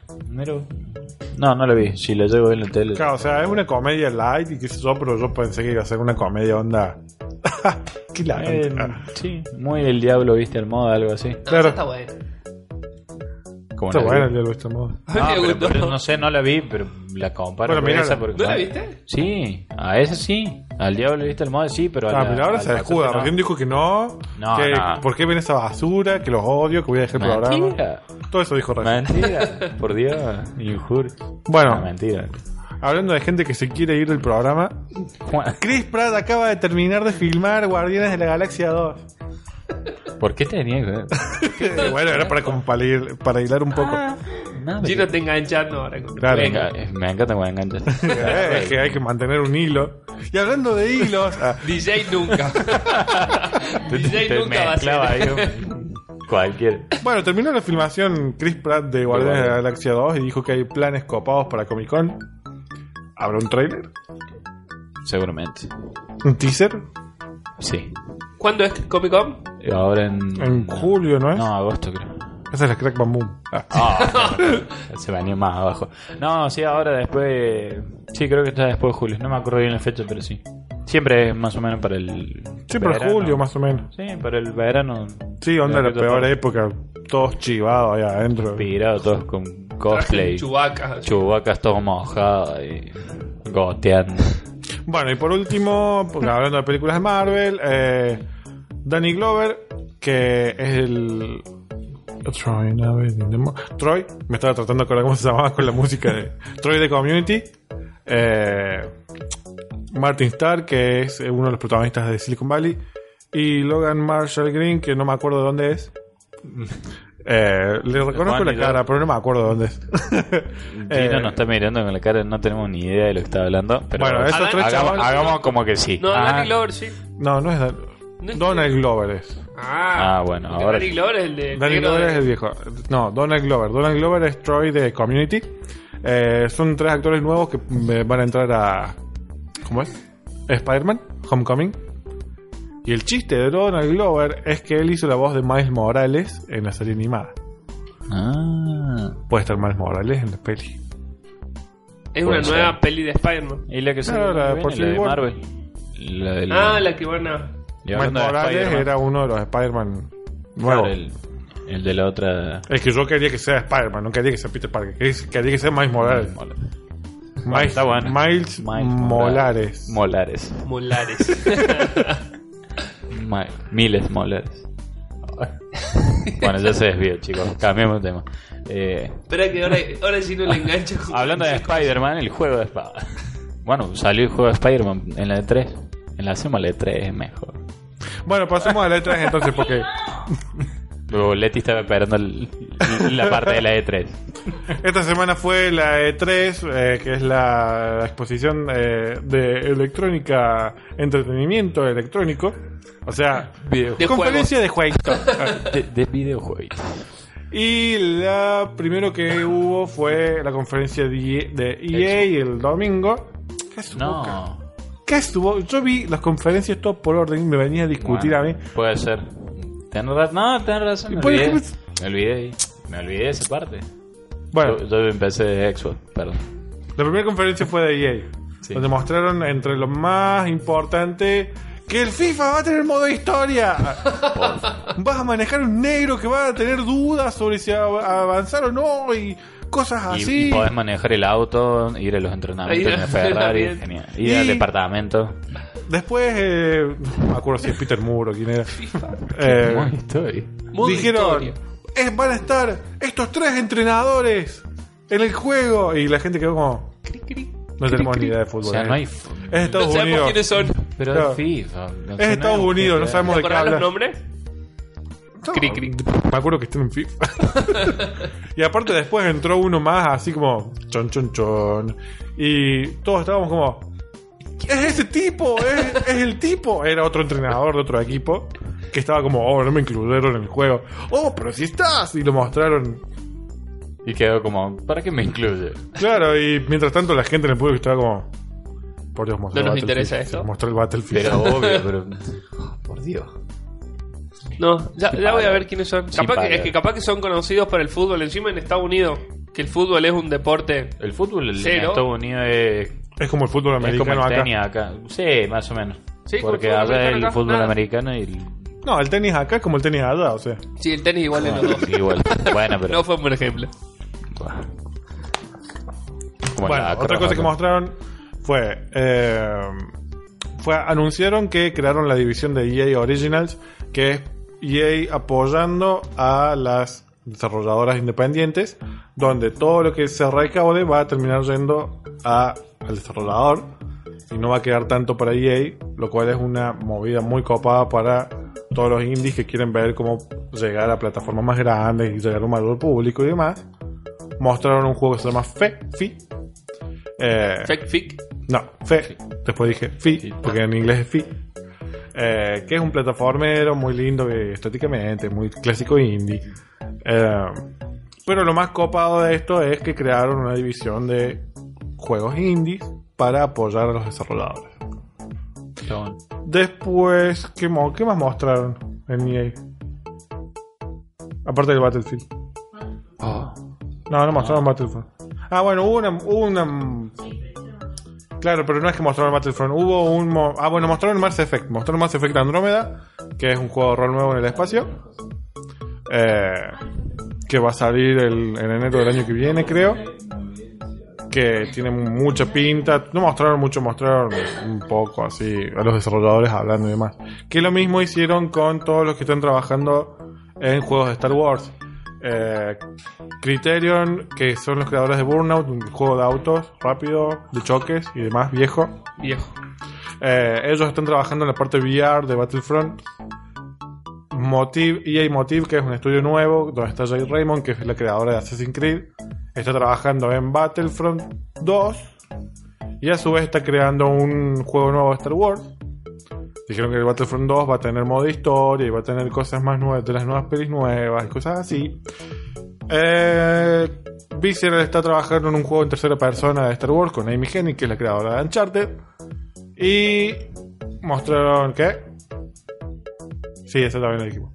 [SPEAKER 3] No, no lo vi. Si lo llevo en la tele...
[SPEAKER 1] Claro, o sea, es una comedia light y qué sé yo, pero yo pensé que iba a ser una comedia onda. qué
[SPEAKER 3] Eh,
[SPEAKER 1] la
[SPEAKER 3] sí, muy el diablo viste al moda, algo así.
[SPEAKER 2] No,
[SPEAKER 1] Claro.
[SPEAKER 2] Está bueno.
[SPEAKER 3] Como
[SPEAKER 1] Está
[SPEAKER 3] una-
[SPEAKER 1] bueno el diálogo de esta moda.
[SPEAKER 2] A mí
[SPEAKER 3] No,
[SPEAKER 2] me
[SPEAKER 3] Ah, pero-
[SPEAKER 2] gustó.
[SPEAKER 3] pero no sé, no la vi, pero la comparo
[SPEAKER 1] Bueno,
[SPEAKER 3] con
[SPEAKER 1] mírala.
[SPEAKER 3] esa porque...
[SPEAKER 2] ¿No la viste?
[SPEAKER 3] Sí, a esa sí. Al diablo viste al moda, sí, pero... a
[SPEAKER 1] Ah,
[SPEAKER 3] la-
[SPEAKER 1] pero ahora
[SPEAKER 3] al
[SPEAKER 1] se escuda.
[SPEAKER 3] pasante
[SPEAKER 1] Recién dijo que no.
[SPEAKER 3] No,
[SPEAKER 1] que
[SPEAKER 3] no.
[SPEAKER 1] ¿Por qué ven esa basura? Que los odio, que voy a dejar el
[SPEAKER 3] no.
[SPEAKER 1] programa.
[SPEAKER 3] Mentira.
[SPEAKER 1] Todo eso dijo Recién.
[SPEAKER 3] Mentira. Por Dios. Injurio.
[SPEAKER 1] Bueno.
[SPEAKER 3] No, mentira.
[SPEAKER 1] Hablando de gente que se quiere ir del programa,
[SPEAKER 3] Juan,
[SPEAKER 1] Chris Pratt acaba de terminar de filmar Guardianes de la Galaxia 2.
[SPEAKER 3] ¿Por qué te niegas?
[SPEAKER 1] Eh, bueno, era para, como para, hilar- para hilar un poco.
[SPEAKER 2] Ah.
[SPEAKER 3] No,
[SPEAKER 2] Gino te enganchando ahora. con-
[SPEAKER 1] Claro.
[SPEAKER 3] Venga, eh, me encanta cuando enganchas.
[SPEAKER 1] Eh, es que hay que mantener un hilo. Y hablando de hilos, ah,
[SPEAKER 2] DJ nunca. DJ nunca va a ser.
[SPEAKER 3] mezclaba ahí un- Cualquier.
[SPEAKER 1] Bueno, terminó la filmación Chris Pratt de Guardianes de la
[SPEAKER 3] Igual.
[SPEAKER 1] Galaxia 2 y dijo que hay planes copados para Comic Con. ¿Habrá un trailer?
[SPEAKER 3] Seguramente.
[SPEAKER 1] ¿Un teaser?
[SPEAKER 3] Sí.
[SPEAKER 2] ¿Cuándo es Comic Con?
[SPEAKER 3] Ahora en.
[SPEAKER 1] En julio, ¿no es?
[SPEAKER 3] No, agosto creo.
[SPEAKER 1] Esa es la Crack Bam Boom. Ah.
[SPEAKER 3] Ah, se venía más abajo. No, sí, ahora después. Sí, creo que está después de julio. No me acuerdo bien la fecha, pero sí. Siempre es más o menos para el.
[SPEAKER 1] Siempre en
[SPEAKER 3] verano.
[SPEAKER 1] julio, más o menos.
[SPEAKER 3] Sí, para el verano.
[SPEAKER 1] Sí, onda la
[SPEAKER 3] Creo que todo
[SPEAKER 1] peor
[SPEAKER 3] está
[SPEAKER 1] época. Todos chivados allá adentro.
[SPEAKER 3] Inspirado, todos con
[SPEAKER 2] Traje
[SPEAKER 3] cosplay.
[SPEAKER 2] Chewbacca.
[SPEAKER 3] Chubacas todos mojados y. goteando.
[SPEAKER 1] Bueno, y por último, porque hablando de películas de Marvel, eh, Danny Glover, que es el. Troy, no, a ver, entendemos. Troy, me estaba tratando de acordar cómo se llamaba con la música de Troy de Community. Eh, Martin Starr, que es uno de los protagonistas de Silicon Valley. Y Logan Marshall Green, que no me acuerdo de dónde es. Eh, le reconozco
[SPEAKER 3] Juan
[SPEAKER 1] la
[SPEAKER 3] y
[SPEAKER 1] cara,
[SPEAKER 3] yo.
[SPEAKER 1] pero no me acuerdo dónde es. Eh,
[SPEAKER 3] Gino nos está mirando con la cara, no tenemos ni idea de lo que está hablando. Pero
[SPEAKER 1] Bueno, esos
[SPEAKER 2] Adán-
[SPEAKER 1] tres
[SPEAKER 3] hagamos,
[SPEAKER 1] chavales-
[SPEAKER 3] hagamos como que sí.
[SPEAKER 2] No,
[SPEAKER 3] ah,
[SPEAKER 2] Danny Glover, sí.
[SPEAKER 1] No, no es Dan-
[SPEAKER 2] No es-
[SPEAKER 1] Donald Glover es.
[SPEAKER 2] Ah,
[SPEAKER 3] Ah, bueno,
[SPEAKER 2] porque
[SPEAKER 3] ahora
[SPEAKER 2] Danny
[SPEAKER 3] sí.
[SPEAKER 2] Glover es el de. el
[SPEAKER 1] Danny
[SPEAKER 2] negro
[SPEAKER 1] Glover
[SPEAKER 2] de-
[SPEAKER 1] es el viejo. No, Donald Glover. Donald Glover es Troy de Community. Eh, son tres actores nuevos que mm, van a entrar a. ¿Cómo es? Spider-Man, Homecoming. Y el chiste de Donald Glover es que él hizo la voz de Miles Morales en la serie animada.
[SPEAKER 3] ah.
[SPEAKER 1] Puede estar Miles Morales en la peli.
[SPEAKER 2] Es una
[SPEAKER 3] Puede ser.
[SPEAKER 2] nueva peli de Spider-Man.
[SPEAKER 3] ¿Y la que salió?
[SPEAKER 1] Claro, la de
[SPEAKER 3] viene,
[SPEAKER 1] Porcelain
[SPEAKER 3] la de
[SPEAKER 1] World.
[SPEAKER 3] Marvel. La del-
[SPEAKER 2] Ah, la que van a.
[SPEAKER 3] y
[SPEAKER 1] Miles
[SPEAKER 3] hablando de
[SPEAKER 1] Morales
[SPEAKER 3] Spider-Man,
[SPEAKER 1] era uno de los Spider-Man
[SPEAKER 3] claro,
[SPEAKER 1] nuevos.
[SPEAKER 3] el, el de la otra.
[SPEAKER 1] Es que yo quería que sea Spider-Man, no quería que sea Peter Parker. Quería, quería que sea Miles Morales. Miles,
[SPEAKER 3] está bueno.
[SPEAKER 1] Miles, Molares.
[SPEAKER 3] Molares.
[SPEAKER 2] Molares.
[SPEAKER 3] Ma- miles molares. bueno, ya se desvió, chicos. Cambiamos de tema. Eh,
[SPEAKER 2] Espera que ahora, ahora sí no le engancho. con-
[SPEAKER 3] hablando de Spider-Man, el juego de espada. Bueno, salió el juego de Spider-Man en la de 3. En la hacemos la de 3 es mejor.
[SPEAKER 1] Bueno, pasemos a la E3 entonces porque
[SPEAKER 3] Luego Leti estaba esperando el- la parte de la E E3.
[SPEAKER 1] esta semana fue la E3, eh, que es la, la exposición eh, de electrónica, entretenimiento electrónico. O sea,
[SPEAKER 2] De
[SPEAKER 1] conferencia de juegos.
[SPEAKER 3] De, de videojuegos.
[SPEAKER 1] y la primero que hubo fue la conferencia de, E de EA el domingo. ¿Qué estuvo acá?
[SPEAKER 3] No.
[SPEAKER 1] ¿Qué estuvo? Yo vi las conferencias todo por orden y me venía a discutir a mí.
[SPEAKER 3] Bueno, Puede ser. Tenés razón. No, tenés razón.
[SPEAKER 1] Y
[SPEAKER 3] Me
[SPEAKER 1] por
[SPEAKER 3] olvidé.
[SPEAKER 1] ejemplo-
[SPEAKER 3] Me olvidé ahí. Me olvidé de esa parte.
[SPEAKER 1] Bueno,
[SPEAKER 3] Yo, yo empecé de Xbox, perdón.
[SPEAKER 1] La primera conferencia fue de EA,
[SPEAKER 3] Sí.
[SPEAKER 1] donde mostraron entre lo más importante que el FIFA va a tener modo historia. Vas a manejar un negro que va a tener dudas sobre si av- avanzar o no y cosas
[SPEAKER 3] Y-
[SPEAKER 1] así.
[SPEAKER 3] Y, podés manejar el auto, ir a los entrenamientos
[SPEAKER 2] Ahí,
[SPEAKER 3] en el Ferrari,
[SPEAKER 2] bien.
[SPEAKER 3] genial. Ir al
[SPEAKER 1] Y-
[SPEAKER 3] departamento.
[SPEAKER 1] Después, eh, no me acuerdo si es Peter Moore o quién era. Eh,
[SPEAKER 3] Muy historia.
[SPEAKER 2] Modo
[SPEAKER 1] dijeron,
[SPEAKER 2] historia.
[SPEAKER 1] "Es- van a estar estos tres entrenadores en el juego y la gente quedó como,
[SPEAKER 2] Cri, cri.
[SPEAKER 1] no tenemos ni idea de
[SPEAKER 3] O
[SPEAKER 1] fútbol.
[SPEAKER 3] sea,
[SPEAKER 1] ¿eh?
[SPEAKER 3] no hay. f-
[SPEAKER 1] Es Estados
[SPEAKER 2] No sabemos
[SPEAKER 1] Unidos.
[SPEAKER 2] quiénes son.
[SPEAKER 3] Pero
[SPEAKER 1] Claro.
[SPEAKER 3] es FIFA. no
[SPEAKER 1] Es
[SPEAKER 3] sé,
[SPEAKER 1] Estados
[SPEAKER 3] no hay
[SPEAKER 1] Unidos, no
[SPEAKER 3] GTA.
[SPEAKER 1] sabemos
[SPEAKER 2] ¿Te
[SPEAKER 1] de qué
[SPEAKER 2] acordás los
[SPEAKER 1] hablan.
[SPEAKER 2] nombres?
[SPEAKER 1] No,
[SPEAKER 2] Cri, cri.
[SPEAKER 1] Me acuerdo que estuve en FIFA. y aparte después entró uno más así como chon chon chon. Y todos estábamos como. Es ese tipo, es, es el tipo. Era otro entrenador de otro equipo que estaba como, oh, no me incluyeron en el juego. Oh, pero si estás. Y lo mostraron.
[SPEAKER 3] Y quedó como, ¿para qué me incluye?
[SPEAKER 1] Claro, y mientras tanto la gente en el público estaba como. Por Dios, mostró
[SPEAKER 2] No
[SPEAKER 1] el Battlefield.
[SPEAKER 2] nos interesa esto.
[SPEAKER 1] Mostró el Battlefield.
[SPEAKER 3] Pero obvio, pero. Por Dios.
[SPEAKER 2] No, ya, ya voy a ver quiénes son.
[SPEAKER 3] Sin
[SPEAKER 2] Capaz que,
[SPEAKER 3] palabras.
[SPEAKER 2] es que capaz que son conocidos para el fútbol. Encima en Estados Unidos, que el fútbol es un deporte.
[SPEAKER 3] El fútbol en
[SPEAKER 2] Cero.
[SPEAKER 3] Estados Unidos es
[SPEAKER 1] es como el fútbol
[SPEAKER 3] Es como
[SPEAKER 1] americano
[SPEAKER 3] el
[SPEAKER 1] acá.
[SPEAKER 3] tenis acá. Sí, más o menos.
[SPEAKER 2] Sí, como
[SPEAKER 3] Porque
[SPEAKER 2] el fútbol
[SPEAKER 3] allá
[SPEAKER 2] americano
[SPEAKER 3] el
[SPEAKER 2] acá,
[SPEAKER 3] fútbol
[SPEAKER 2] nada.
[SPEAKER 3] americano y el...
[SPEAKER 1] No, el tenis acá es como el tenis allá, o sea.
[SPEAKER 2] Sí, el tenis igual en los dos.
[SPEAKER 3] Sí, igual. Bueno, pero...
[SPEAKER 2] No fue un buen ejemplo.
[SPEAKER 3] Como
[SPEAKER 1] Bueno,
[SPEAKER 3] la
[SPEAKER 1] otra cosa
[SPEAKER 3] acróbata.
[SPEAKER 1] que mostraron fue. eh, fue anunciaron que crearon la división de EA Originals, que es EA apoyando a las desarrolladoras independientes, donde todo lo que se recaude va a terminar yendo a, al desarrollador y no va a quedar tanto para EA, lo cual es una movida muy copada para todos los indies que quieren ver cómo llegar a plataformas más grandes y llegar a un mayor público y demás. Mostraron un juego que se llama Fe, Fi. Eh,
[SPEAKER 2] Fake, fake.
[SPEAKER 1] no, Fe. Después dije Fi, porque en inglés es Fi. Eh, que es un plataformero muy lindo que estéticamente, muy clásico indie. Eh, pero lo más copado de esto es que crearon una división de juegos indies para apoyar a los desarrolladores.
[SPEAKER 3] Está bueno.
[SPEAKER 1] Después, ¿qué, mo- qué más mostraron en EA? Aparte del Battlefield.
[SPEAKER 3] Oh,
[SPEAKER 1] No, no mostraron Battlefront. Ah, bueno, hubo una, hubo una. Claro, pero no es que mostraron Battlefront. Hubo un. mo- Ah, bueno, mostraron Mass Effect. Mostraron Mass Effect Andrómeda, que es un juego de rol nuevo en el espacio. Eh, que va a salir el- en enero del año que viene, creo. Que tiene mucha pinta. No mostraron mucho, mostraron un poco así a los desarrolladores hablando y demás. Que lo mismo hicieron con todos los que están trabajando en juegos de Star Wars. Eh, Criterion, que son los creadores de Burnout, un juego de autos rápido, de choques y demás, viejo.
[SPEAKER 2] Viejo.
[SPEAKER 1] Eh, ellos están trabajando en la parte VR de Battlefront. Motive, EA Motive, que es un estudio nuevo, donde está Jay Raymond, que es la creadora de Assassin's Creed, está trabajando en Battlefront 2 y a su vez está creando un juego nuevo de Star Wars. Dijeron que el Battlefront 2 va a tener modo historia y va a tener cosas más nuevas, de las nuevas pelis nuevas y cosas así. Eh, Visceral está trabajando en un juego en tercera persona de Star Wars con Amy Hennig, que es la creadora de Uncharted. Y mostraron que. Sí, eso también lo dijimos.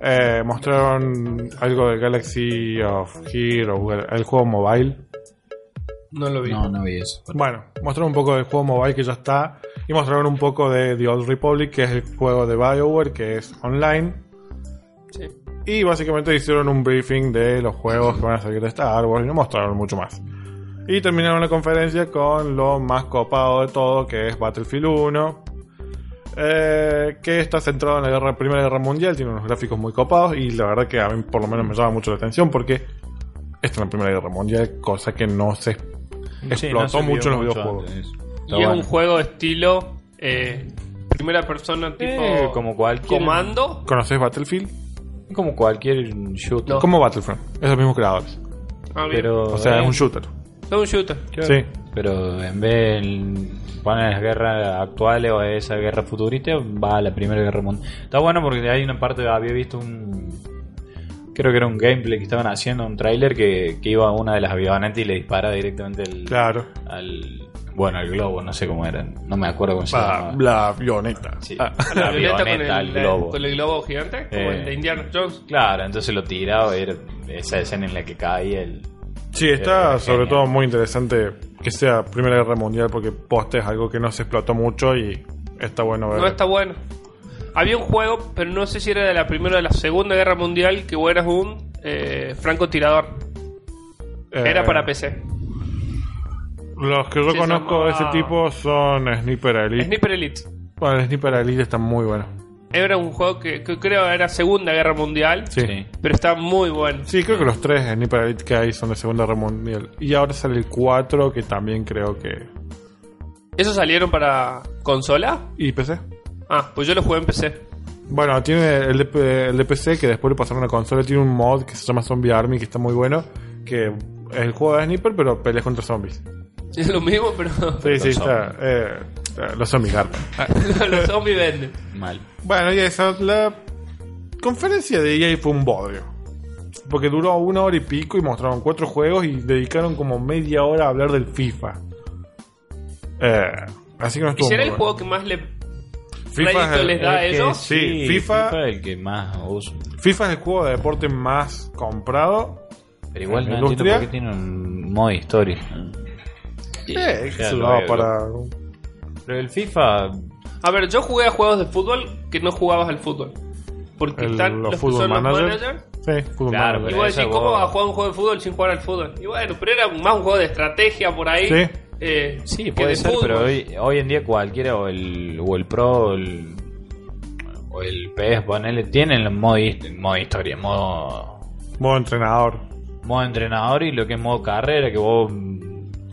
[SPEAKER 1] Eh, mostraron algo de Galaxy of Heroes, el juego mobile.
[SPEAKER 2] No lo vi.
[SPEAKER 3] No, no vi eso.
[SPEAKER 1] Bueno, mostraron un poco del juego mobile que ya está. Y mostraron un poco de The Old Republic, que es el juego de Bioware, que es online.
[SPEAKER 2] Sí.
[SPEAKER 1] Y básicamente hicieron un briefing de los juegos que van a salir de Star Wars y no mostraron mucho más. Y terminaron la conferencia con lo más copado de todo, que es Battlefield 1. eh, que está centrado en la guerra- Primera Guerra Mundial, tiene unos gráficos muy copados y la verdad que a mí por lo menos me llama mucho la atención porque está en la Primera Guerra Mundial, cosa que no se explotó mucho en los videojuegos.
[SPEAKER 2] Y es un juego estilo eh, primera persona tipo
[SPEAKER 3] Eh, como cualquier.
[SPEAKER 2] comando.
[SPEAKER 1] ¿Conoces Battlefield?
[SPEAKER 3] Como cualquier shooter.
[SPEAKER 2] No.
[SPEAKER 1] Como Battlefront, es los mismos creadores.
[SPEAKER 2] Ah, bien.
[SPEAKER 3] Pero,
[SPEAKER 1] O sea, es un shooter.
[SPEAKER 2] es un shooter.
[SPEAKER 1] Sí.
[SPEAKER 3] Pero en vez de poner las guerras actuales o esa guerra futurista, va a la Primera Guerra Mundial. Está bueno porque hay una parte, había visto un... Creo que era un gameplay que estaban haciendo, un tráiler que, que iba a una de las avionetas y le dispara directamente el,
[SPEAKER 1] Claro.
[SPEAKER 3] al... Bueno, al globo, no sé cómo era. No me acuerdo cómo se
[SPEAKER 1] La,
[SPEAKER 3] llamaba.
[SPEAKER 1] la avioneta.
[SPEAKER 3] Sí,
[SPEAKER 1] Ah.
[SPEAKER 3] la
[SPEAKER 2] La violeta con
[SPEAKER 3] avioneta,
[SPEAKER 2] el,
[SPEAKER 3] al globo.
[SPEAKER 2] con el globo gigante, como
[SPEAKER 3] Eh.
[SPEAKER 2] el de Indiana Jones.
[SPEAKER 3] Claro, entonces lo tiraba y era esa escena en la que caía el...
[SPEAKER 1] Sí, está
[SPEAKER 3] Eh,
[SPEAKER 1] sobre
[SPEAKER 3] genial.
[SPEAKER 1] todo muy interesante que sea Primera Guerra Mundial porque poste es algo que no se explotó mucho y está bueno ver.
[SPEAKER 2] No está bueno. Había un juego, pero no sé si era de la primera o de la segunda guerra mundial, que vos eras un eh, francotirador.
[SPEAKER 1] Eh,
[SPEAKER 2] Era para PC.
[SPEAKER 1] Los que yo
[SPEAKER 2] Sí,
[SPEAKER 1] conozco de ese
[SPEAKER 2] llama-
[SPEAKER 1] tipo son Sniper Elite.
[SPEAKER 2] Sniper Elite.
[SPEAKER 1] Bueno, el Sniper Elite está muy bueno.
[SPEAKER 2] Era un juego que, que creo era segunda guerra mundial,
[SPEAKER 1] Sí. sí.
[SPEAKER 3] Sí.
[SPEAKER 2] pero está muy bueno.
[SPEAKER 1] creo que los tres Sniper Elite que hay son de Segunda Guerra Mundial. Y ahora sale el 4 que también creo que...
[SPEAKER 2] ¿Esos salieron para consola?
[SPEAKER 1] ¿Y PC?
[SPEAKER 2] Ah, pues yo lo jugué en PC.
[SPEAKER 1] Bueno, tiene el de, el de PC que después lo pasaron a una consola. Tiene un mod que se llama Zombie Army que está muy bueno. Que es el juego de Sniper, pero peleas contra zombies.
[SPEAKER 2] Es lo mismo, pero
[SPEAKER 1] Sí, sí, está. eh, los zombies garpan.
[SPEAKER 2] los zombies venden.
[SPEAKER 3] Mal.
[SPEAKER 1] Bueno, y eso. La conferencia de EA fue un bodrio. Porque duró una hora y pico y mostraron cuatro juegos y dedicaron como media hora a hablar del FIFA. Eh, así que no
[SPEAKER 2] ¿Y
[SPEAKER 1] estuvo.
[SPEAKER 2] será
[SPEAKER 1] muy
[SPEAKER 2] el
[SPEAKER 1] bueno.
[SPEAKER 2] juego que más le...
[SPEAKER 1] FIFA es
[SPEAKER 2] Crédito
[SPEAKER 1] el-
[SPEAKER 2] les da
[SPEAKER 3] Es que
[SPEAKER 2] eso?
[SPEAKER 1] Sí, FIFA-
[SPEAKER 3] FIFA es el que más uso.
[SPEAKER 1] FIFA es el juego de deporte más comprado
[SPEAKER 3] Pero igual
[SPEAKER 1] ¿En la
[SPEAKER 3] no entiendo
[SPEAKER 1] industria?
[SPEAKER 3] por qué tiene un modo historia.
[SPEAKER 1] Sí,
[SPEAKER 3] Eh,
[SPEAKER 1] eso
[SPEAKER 3] ya
[SPEAKER 1] lo
[SPEAKER 3] lo
[SPEAKER 1] daba
[SPEAKER 3] veo.
[SPEAKER 1] para.
[SPEAKER 3] Pero el FIFA.
[SPEAKER 2] A ver, yo jugué a juegos de fútbol que no jugabas al fútbol. Porque
[SPEAKER 1] El-
[SPEAKER 2] están
[SPEAKER 1] los
[SPEAKER 2] los, que
[SPEAKER 1] fútbol
[SPEAKER 2] son los
[SPEAKER 1] manager.
[SPEAKER 2] managers.
[SPEAKER 1] Sí, fútbol
[SPEAKER 3] Claro,
[SPEAKER 2] Y
[SPEAKER 1] manager.
[SPEAKER 3] Pero
[SPEAKER 2] vos
[SPEAKER 3] esa
[SPEAKER 2] decís, ¿cómo
[SPEAKER 3] vos-
[SPEAKER 2] vas a jugar un juego de fútbol sin jugar al fútbol? Y bueno, pero era más un juego de estrategia por ahí.
[SPEAKER 1] Sí.
[SPEAKER 2] eh,
[SPEAKER 3] Sí,
[SPEAKER 2] que
[SPEAKER 3] puede
[SPEAKER 2] de
[SPEAKER 3] ser,
[SPEAKER 2] fútbol.
[SPEAKER 3] pero hoy, hoy en día cualquiera, o el, o el Pro, o el, o el PS, ponele, tienen el modo, hist- modo historia, modo,
[SPEAKER 1] Modo entrenador.
[SPEAKER 3] modo entrenador y lo que es modo carrera, que vos mm,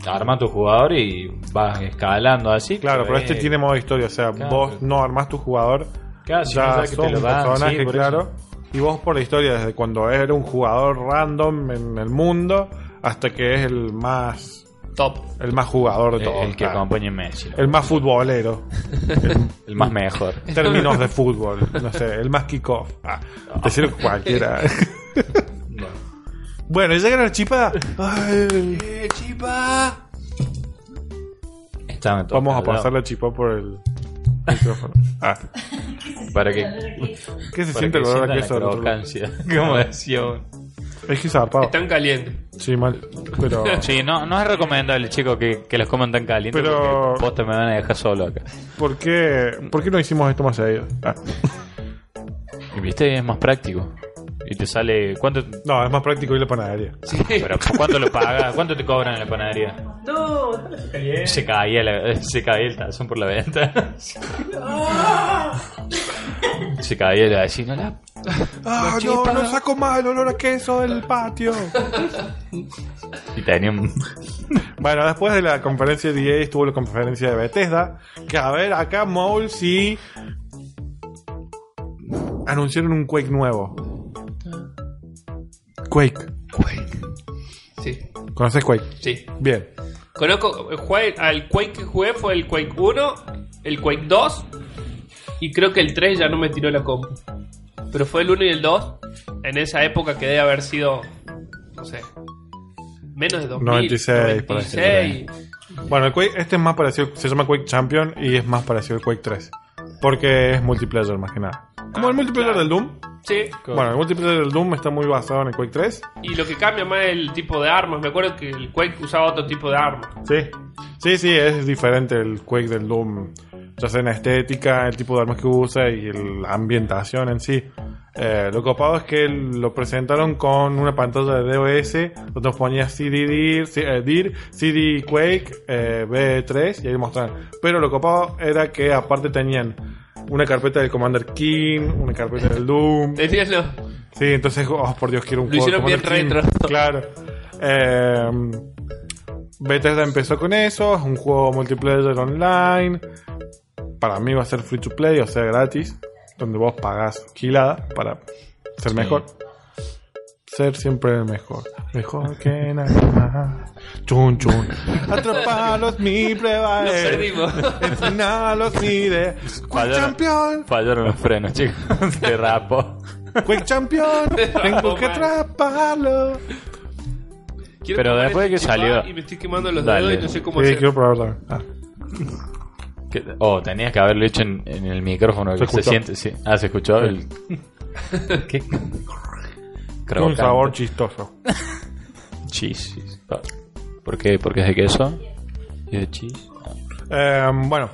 [SPEAKER 3] armas tu jugador y vas escalando así.
[SPEAKER 1] Claro, pero este
[SPEAKER 3] eh,
[SPEAKER 1] tiene modo historia. O sea,
[SPEAKER 3] Claro.
[SPEAKER 1] vos no armás tu jugador.
[SPEAKER 3] Claro, si no
[SPEAKER 1] ya
[SPEAKER 3] sabes que te
[SPEAKER 1] sos
[SPEAKER 3] lo
[SPEAKER 1] un
[SPEAKER 3] dan,
[SPEAKER 1] personaje,
[SPEAKER 3] sí, por eso.
[SPEAKER 1] claro. Y vos por la historia, desde cuando era un jugador random en el mundo hasta que es el más
[SPEAKER 2] Top.
[SPEAKER 1] el más jugador de
[SPEAKER 3] el,
[SPEAKER 1] todos.
[SPEAKER 3] el que
[SPEAKER 1] claro.
[SPEAKER 3] acompaña a Messi,
[SPEAKER 1] El más futbolero.
[SPEAKER 3] el más mejor.
[SPEAKER 1] En términos de fútbol. No sé, el más kickoff. Ah, decirlo cualquiera. bueno, ¿y llegaron a Chipa. Ay.
[SPEAKER 3] Estaban todos
[SPEAKER 1] Vamos a
[SPEAKER 3] callados.
[SPEAKER 1] pasar la chipa por el micrófono. Ah,
[SPEAKER 3] Para que,
[SPEAKER 1] ¿Qué se
[SPEAKER 3] para
[SPEAKER 1] siente
[SPEAKER 3] que
[SPEAKER 1] el olor a queso?
[SPEAKER 3] sientan la
[SPEAKER 1] del otro lado?
[SPEAKER 3] crocancia, como decía uno.
[SPEAKER 1] Es que zarpado.
[SPEAKER 2] Están calientes.
[SPEAKER 1] Sí, mal. Pero.
[SPEAKER 3] Sí, no, no es recomendable, chicos, que, que los coman tan calientes.
[SPEAKER 1] Pero-
[SPEAKER 3] Pero. Posta me van a dejar solo acá.
[SPEAKER 1] ¿Por qué, ¿Por qué no hicimos esto más seguido? Ah.
[SPEAKER 3] Y viste, es más práctico. Y te sale. ¿Cuánto,
[SPEAKER 1] No, es más práctico ir a la panadería.
[SPEAKER 3] pero, ¿cuánto lo pagas? ¿Cuánto te cobran en la panadería? No, se caía, la- se caía el tazón por la venta. se caía la vecina. La...
[SPEAKER 1] ¡Ah, no! ¡No saco más el olor a queso del patio!
[SPEAKER 3] Y tenía un.
[SPEAKER 1] bueno, después de la conferencia de EA estuvo la conferencia de Bethesda. Que a ver, acá Maul sí. anunciaron un Quake nuevo.
[SPEAKER 3] Ah.
[SPEAKER 1] Quake.
[SPEAKER 2] Sí,
[SPEAKER 1] ¿Conoces Quake?
[SPEAKER 2] sí.
[SPEAKER 1] Bien.
[SPEAKER 2] Conozco, eh, jugué- al Quake que jugué fue el Quake 1, el Quake 2 y creo que el 3 ya no me tiró la compu. Pero fue el 1 y el 2. En esa época que debe haber sido, no sé, menos de 2000.
[SPEAKER 1] 96, por ahí.
[SPEAKER 2] 96.
[SPEAKER 1] Bueno, el Quake, este es más parecido, se llama Quake Champion y es más parecido al Quake 3. Porque es multiplayer más que nada. Como el multiplayer
[SPEAKER 2] claro.
[SPEAKER 1] del Doom.
[SPEAKER 2] Sí.
[SPEAKER 1] Bueno, el multiplayer del Doom está muy basado en el Quake 3.
[SPEAKER 2] Y lo que cambia más es el tipo de armas. Me acuerdo que el Quake usaba otro tipo de armas.
[SPEAKER 1] Sí. Sí, sí, es diferente el Quake del Doom. Ya sea en la estética, el tipo de armas que usa y el- la ambientación en sí. Eh, lo copado es que lo presentaron con una pantalla de DOS donde ponía CD DIR, C- eh, DIR, CD Quake, eh, B3 y ahí mostraban. Pero lo copado era que aparte tenían una carpeta del Commander King, una carpeta del Doom.
[SPEAKER 2] Tenías los-
[SPEAKER 1] Sí, entonces, oh, por Dios, quiero un
[SPEAKER 2] Lo
[SPEAKER 1] juego. de
[SPEAKER 2] hicieron bien
[SPEAKER 1] Commander
[SPEAKER 2] retro.
[SPEAKER 1] King. Claro. Eh, Bethesda empezó con eso, es un juego multiplayer online. Para mí va a ser free to play, o sea, gratis, donde vos pagás gilada para ser mejor. Ser siempre el mejor. Mejor que nadie más. Chun, chun. Atrapalos, mi prueba
[SPEAKER 2] Nos
[SPEAKER 1] es.
[SPEAKER 2] perdimos.
[SPEAKER 1] Enfrenalos, mi idea.
[SPEAKER 3] Fallaron.
[SPEAKER 1] Campeón.
[SPEAKER 3] Fallaron los frenos, chicos. De rapo.
[SPEAKER 1] Quick Champion, tengo que atraparlo.
[SPEAKER 2] Quiero
[SPEAKER 3] Pero
[SPEAKER 2] probar
[SPEAKER 3] después de que
[SPEAKER 2] este chipá
[SPEAKER 3] salió-
[SPEAKER 2] Y me estoy quemando los
[SPEAKER 3] Dale.
[SPEAKER 2] dedos y no sé cómo
[SPEAKER 1] Sí,
[SPEAKER 2] hacer.
[SPEAKER 1] quiero probarlo. Ah,
[SPEAKER 3] Que- Oh, tenías que haberlo hecho en, en el micrófono.
[SPEAKER 1] Se
[SPEAKER 3] que se
[SPEAKER 1] escuchó.
[SPEAKER 3] siente, sí. Ah, se escuchó el. ¿Qué?
[SPEAKER 1] tiene un
[SPEAKER 3] Crocante.
[SPEAKER 1] sabor chistoso.
[SPEAKER 3] Cheese. ¿Por qué? ¿Porque es de queso? ¿Y de cheese?
[SPEAKER 1] Eh, bueno,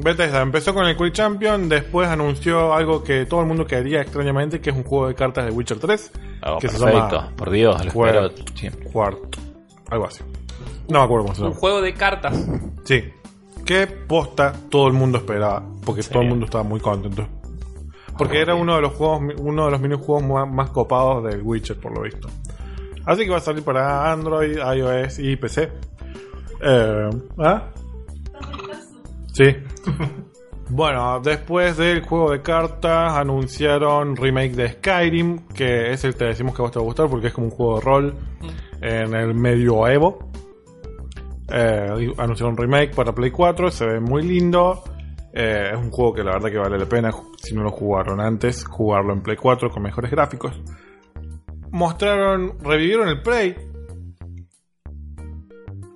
[SPEAKER 1] Bethesda empezó con el Quick Champion, después anunció algo que todo el mundo quería extrañamente, que es un juego de cartas de Witcher 3,
[SPEAKER 3] Oh,
[SPEAKER 1] que
[SPEAKER 3] perfecto. Por Dios, lo
[SPEAKER 1] Bueno.
[SPEAKER 3] espero siempre.
[SPEAKER 1] Quart, algo así. No me acuerdo cómo se
[SPEAKER 2] Un
[SPEAKER 1] llama.
[SPEAKER 2] juego de cartas.
[SPEAKER 1] Sí. Que posta todo el mundo esperaba, porque todo el mundo estaba muy contento. Porque era uno de los juegos, uno de los minijuegos más, más copados del Witcher, por lo visto. Así que va a salir para Android, iOS y PC. Eh, ¿Ah? Sí. bueno, después del juego de cartas anunciaron remake de Skyrim, que es el que te decimos que a vos te va a gustar porque es como un juego de rol en el medioevo. Eh, anunció un remake para Play 4, se ve muy lindo. Eh, es un juego que la verdad que vale la pena, ju- si no lo jugaron antes, jugarlo en Play 4 con mejores gráficos. Mostraron, revivieron el Prey.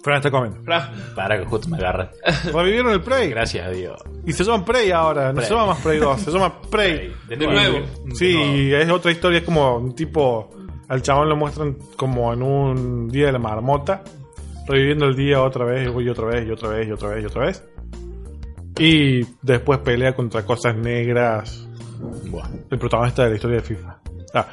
[SPEAKER 1] Fran está comiendo.
[SPEAKER 2] Fra-
[SPEAKER 3] Para que justo me agarre.
[SPEAKER 1] Revivieron el Prey.
[SPEAKER 3] Gracias a Dios.
[SPEAKER 1] Y se llama Prey ahora, no
[SPEAKER 3] Prey.
[SPEAKER 1] se llama más Prey 2, se llama Prey.
[SPEAKER 3] De
[SPEAKER 2] nuevo.
[SPEAKER 1] Sí, y es otra historia, es como un tipo. Al chabón lo muestran como en un día de la marmota, reviviendo el día otra vez, y otra vez, y otra vez, y otra vez, y otra vez. Y después pelea contra cosas negras.
[SPEAKER 3] Bueno.
[SPEAKER 1] El protagonista de la historia de FIFA. Ah.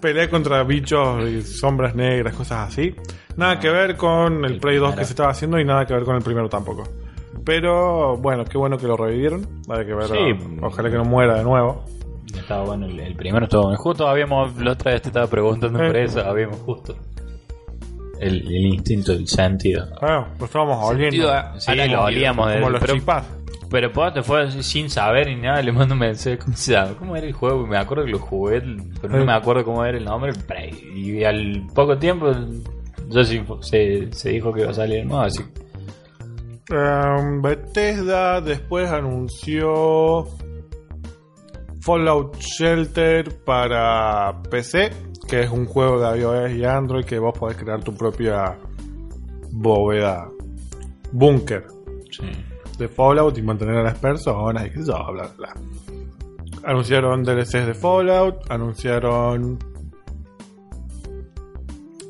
[SPEAKER 1] pelea contra bichos y sombras negras, cosas así. Nada que ver con el,
[SPEAKER 3] El
[SPEAKER 1] Play 2 que
[SPEAKER 3] primero.
[SPEAKER 1] se estaba haciendo y nada que ver con el primero tampoco. Pero bueno, qué bueno que lo revivieron. Hay que ver,
[SPEAKER 3] Sí.
[SPEAKER 1] ojalá que no muera de nuevo.
[SPEAKER 3] Estaba bueno, el, el primero estuvo bueno. Justo habíamos, la otra vez te estaba preguntando
[SPEAKER 1] Eh.
[SPEAKER 3] por eso, habíamos justo. El, el instinto, el sentido.
[SPEAKER 1] Ah, lo estábamos
[SPEAKER 2] Sentido
[SPEAKER 1] oliendo.
[SPEAKER 2] a-
[SPEAKER 3] Sí,
[SPEAKER 2] a la-
[SPEAKER 3] ¿eh? lo olíamos de
[SPEAKER 1] Como los
[SPEAKER 3] pero,
[SPEAKER 1] chipás.
[SPEAKER 3] pero Poda te fue así sin saber ni nada, le mando un mensaje. ¿Cómo, se llama? ¿Cómo era el juego? Me acuerdo que lo jugué, pero
[SPEAKER 1] Sí.
[SPEAKER 3] no me acuerdo cómo era el nombre. Prey. Y al poco tiempo ya se, info- se, se dijo que iba a salir el modo, así que
[SPEAKER 1] Em, Bethesda después anunció Fallout Shelter para PC, que es un juego de iOS y Android que vos podés crear tu propia bóveda, búnker
[SPEAKER 3] sí.
[SPEAKER 1] de Fallout y mantener a las personas y qué sé yo, bla, bla. Anunciaron DLCs de Fallout, anunciaron...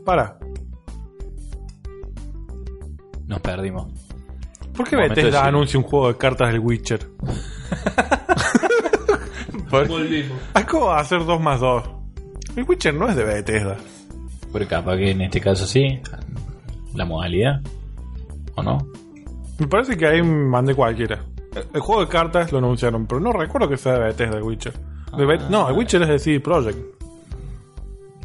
[SPEAKER 1] Para,
[SPEAKER 3] nos perdimos.
[SPEAKER 1] ¿por qué
[SPEAKER 3] Momento de
[SPEAKER 1] Bethesda
[SPEAKER 3] silencio.
[SPEAKER 1] anuncia un juego de cartas del Witcher?
[SPEAKER 2] Volvimos.
[SPEAKER 1] Ah, ¿Cómo va a hacer 2 más 2? El Witcher no es de Bethesda.
[SPEAKER 3] Pero capaz que en este caso sí, la modalidad, ¿o no?
[SPEAKER 1] Me parece que ahí mandé cualquiera. El- El juego de cartas lo anunciaron, pero no recuerdo que sea de Bethesda el Witcher. De
[SPEAKER 2] Ah.
[SPEAKER 1] Bet- no, el Witcher es de CD Projekt.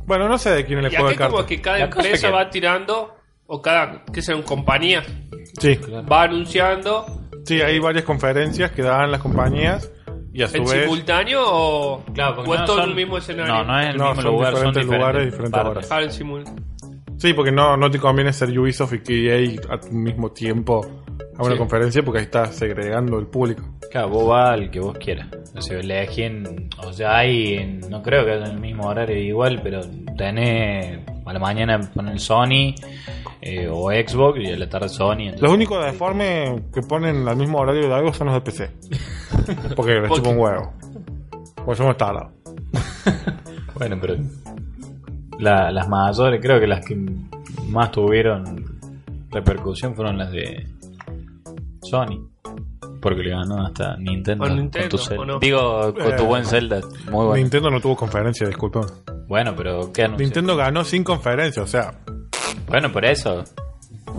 [SPEAKER 1] Bueno, no sé de quién es el
[SPEAKER 2] Y
[SPEAKER 1] juego de
[SPEAKER 2] aquí como
[SPEAKER 1] cartas.
[SPEAKER 2] que cada
[SPEAKER 3] La cosa
[SPEAKER 2] empresa
[SPEAKER 3] que-
[SPEAKER 2] va tirando, o cada, que sean compañías,
[SPEAKER 1] Sí.
[SPEAKER 2] va anunciando
[SPEAKER 1] sí, hay varias conferencias que daban las compañías Y a su
[SPEAKER 2] ¿En
[SPEAKER 1] vez.
[SPEAKER 2] simultáneo o,
[SPEAKER 3] Claro,
[SPEAKER 2] o
[SPEAKER 3] porque
[SPEAKER 2] es
[SPEAKER 3] no
[SPEAKER 2] todo
[SPEAKER 3] son-
[SPEAKER 2] el mismo escenario?
[SPEAKER 3] No, no es el
[SPEAKER 1] No,
[SPEAKER 3] mismo
[SPEAKER 1] son
[SPEAKER 3] lugar,
[SPEAKER 1] diferentes
[SPEAKER 3] son
[SPEAKER 1] lugares,
[SPEAKER 3] diferentes
[SPEAKER 1] diferentes
[SPEAKER 3] partes.
[SPEAKER 2] Ah, en simultáneo.
[SPEAKER 1] Sí, porque no, no te conviene ser Ubisoft y EA al mismo tiempo a una
[SPEAKER 2] Sí.
[SPEAKER 1] conferencia porque ahí estás segregando el público.
[SPEAKER 3] Claro, vos vas al que vos quieras. O sea, elegí en- O sea, hay. en- no creo que haya en el mismo horario igual, pero tenés a la mañana con el Sony eh, o Xbox y a la tarde Sony. entonces-
[SPEAKER 1] Los únicos deformes que ponen al mismo horario de algo son los de PC. Porque les chupa un huevo. Porque somos talados.
[SPEAKER 3] Bueno, pero. la- las mayores, creo que las que más tuvieron repercusión fueron las de Sony. Porque le ganó hasta Nintendo.
[SPEAKER 2] O
[SPEAKER 3] con
[SPEAKER 2] Nintendo,
[SPEAKER 3] tu Zelda.
[SPEAKER 2] ¿o no?
[SPEAKER 3] Digo, con tu
[SPEAKER 1] Eh,
[SPEAKER 3] buen Zelda. Muy bueno.
[SPEAKER 1] Nintendo no tuvo conferencia, disculpen.
[SPEAKER 3] Bueno, pero ¿qué anunció?
[SPEAKER 1] Nintendo ganó sin conferencia, o sea,
[SPEAKER 3] Bueno, por eso.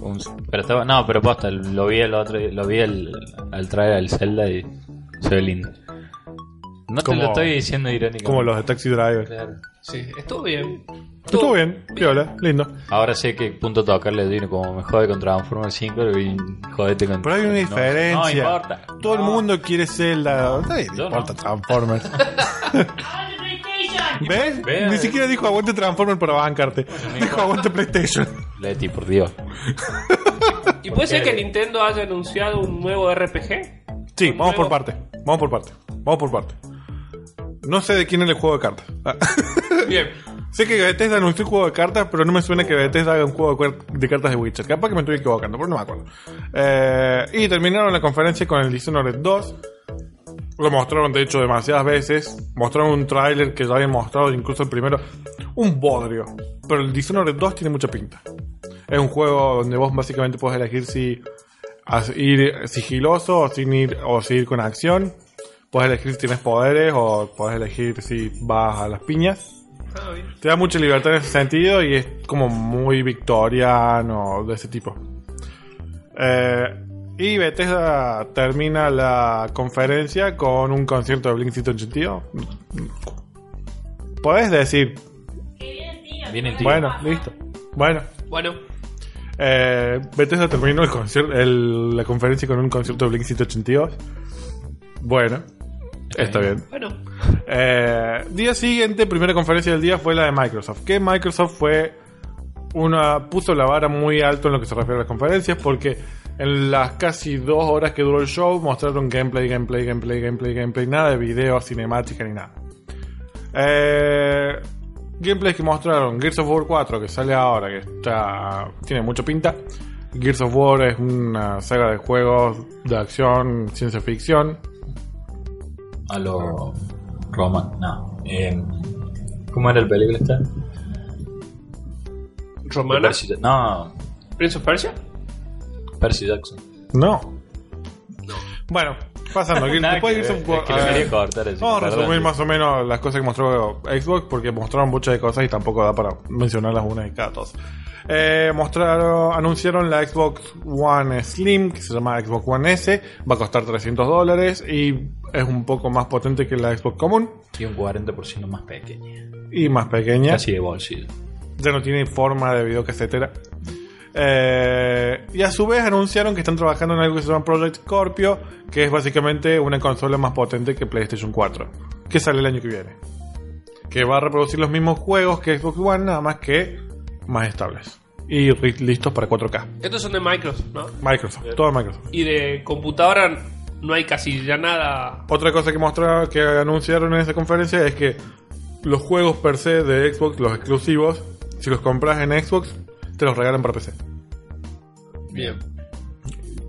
[SPEAKER 3] Un- pero estaba, no, pero posta, lo vi el otro, lo vi el, al traer al Zelda y se ve lindo. No te
[SPEAKER 1] Como-
[SPEAKER 3] lo estoy diciendo irónicamente.
[SPEAKER 1] como los de Taxi Driver.
[SPEAKER 3] Claro.
[SPEAKER 2] Sí, estuvo bien.
[SPEAKER 1] Estuvo bien, piola, lindo.
[SPEAKER 3] Ahora sé que punto tocarle vino como me jode con Transformers 5 y jodete con
[SPEAKER 1] Pero hay una
[SPEAKER 3] no,
[SPEAKER 1] diferencia.
[SPEAKER 3] No, importa.
[SPEAKER 1] Todo el
[SPEAKER 3] No.
[SPEAKER 1] mundo quiere Zelda. No le
[SPEAKER 3] Yo
[SPEAKER 1] importa
[SPEAKER 3] no.
[SPEAKER 1] Transformers. ¿Ves?
[SPEAKER 3] Ve. eh.
[SPEAKER 1] Ni siquiera dijo aguante Transformers para bancarte. Dijo aguante PlayStation.
[SPEAKER 3] Leti, por Dios.
[SPEAKER 2] ¿Y puede ser que Nintendo haya anunciado un nuevo RPG?
[SPEAKER 1] Sí,
[SPEAKER 2] Un
[SPEAKER 1] vamos por
[SPEAKER 2] nuevo-
[SPEAKER 1] parte. Vamos por parte. Vamos por parte. No sé de quién es el juego de cartas. Ah,
[SPEAKER 2] Bien.
[SPEAKER 1] sé que Bethesda anunció un juego de cartas, pero no me suena que Bethesda haga un juego de, cuer- de cartas de Witcher. Capaz que me estoy equivocando, pero no me acuerdo. Eh, y terminaron la conferencia con el Dishonored 2. Lo mostraron, de hecho, demasiadas veces. Mostraron un tráiler que ya habían mostrado, incluso el primero. Un bodrio. Pero el Dishonored 2 tiene mucha pinta. Es un juego donde vos básicamente puedes elegir si as- ir sigiloso o sin ir o si ir con acción. Puedes elegir si tienes poderes o puedes elegir si vas a las piñas.
[SPEAKER 2] Ah, bien.
[SPEAKER 1] Te da mucha libertad en ese sentido y es como muy victoriano de ese tipo. Eh, y Bethesda termina la conferencia con un concierto de Blink 182. Podés decir,
[SPEAKER 3] Viene el tío.
[SPEAKER 1] bueno, listo. Bueno,
[SPEAKER 2] Bueno,
[SPEAKER 1] eh, Bethesda terminó el concierto, el- la conferencia con un concierto de Blink 182. Bueno, está bien.
[SPEAKER 2] bueno.
[SPEAKER 1] Eh, día siguiente, primera conferencia del día fue la de Microsoft. Que Microsoft fue una puso la vara muy alto en lo que se refiere a las conferencias porque en las casi dos horas que duró el show mostraron gameplay, gameplay, gameplay, gameplay, gameplay, nada de video, cinemática ni nada. Eh, gameplays que mostraron Gears of War 4 que sale ahora, que está tiene mucha pinta. Gears of War es una saga de juegos de acción, ciencia ficción.
[SPEAKER 3] A lo Roman, no. Eh, ¿Cómo era el película esta?
[SPEAKER 2] Romana,
[SPEAKER 3] Percy Ja- No,
[SPEAKER 2] Prince of Persia.
[SPEAKER 3] Percy Jackson.
[SPEAKER 1] No. Bueno, pasando. Gears-
[SPEAKER 3] Nada
[SPEAKER 1] después
[SPEAKER 3] que
[SPEAKER 1] de Gears of
[SPEAKER 3] ver,
[SPEAKER 1] War-
[SPEAKER 3] es que lo
[SPEAKER 1] a ver,
[SPEAKER 3] quería cortar, así,
[SPEAKER 1] eh, Vamos a
[SPEAKER 3] perdón.
[SPEAKER 1] resumir más o menos las cosas que mostró Xbox porque mostraron muchas de cosas y tampoco da para mencionarlas una de cada dos. Eh, mostraron, anunciaron la Xbox One Slim, que se llama Xbox One S, va a costar 300 dólares y es un poco más potente que la Xbox común
[SPEAKER 3] Y un 40% más pequeña.
[SPEAKER 1] y más pequeña.
[SPEAKER 3] Casi de bolsillo.
[SPEAKER 1] ya no tiene forma de videocasetera. Eh, y a su vez anunciaron que están trabajando en algo que se llama Project Scorpio, que es básicamente una consola más potente que PlayStation 4, que sale el año que viene. Que va a reproducir los mismos juegos que Xbox One, nada más que más estables. Y ri- listos para 4K.
[SPEAKER 2] Estos son de Microsoft, ¿no?
[SPEAKER 1] Microsoft, todo Microsoft.
[SPEAKER 2] Y de computadora no hay casi ya nada.
[SPEAKER 1] Otra cosa que mostraron, que anunciaron en esa conferencia es que los juegos per se de Xbox, los exclusivos, si los compras en Xbox, te los regalan para PC.
[SPEAKER 2] Bien.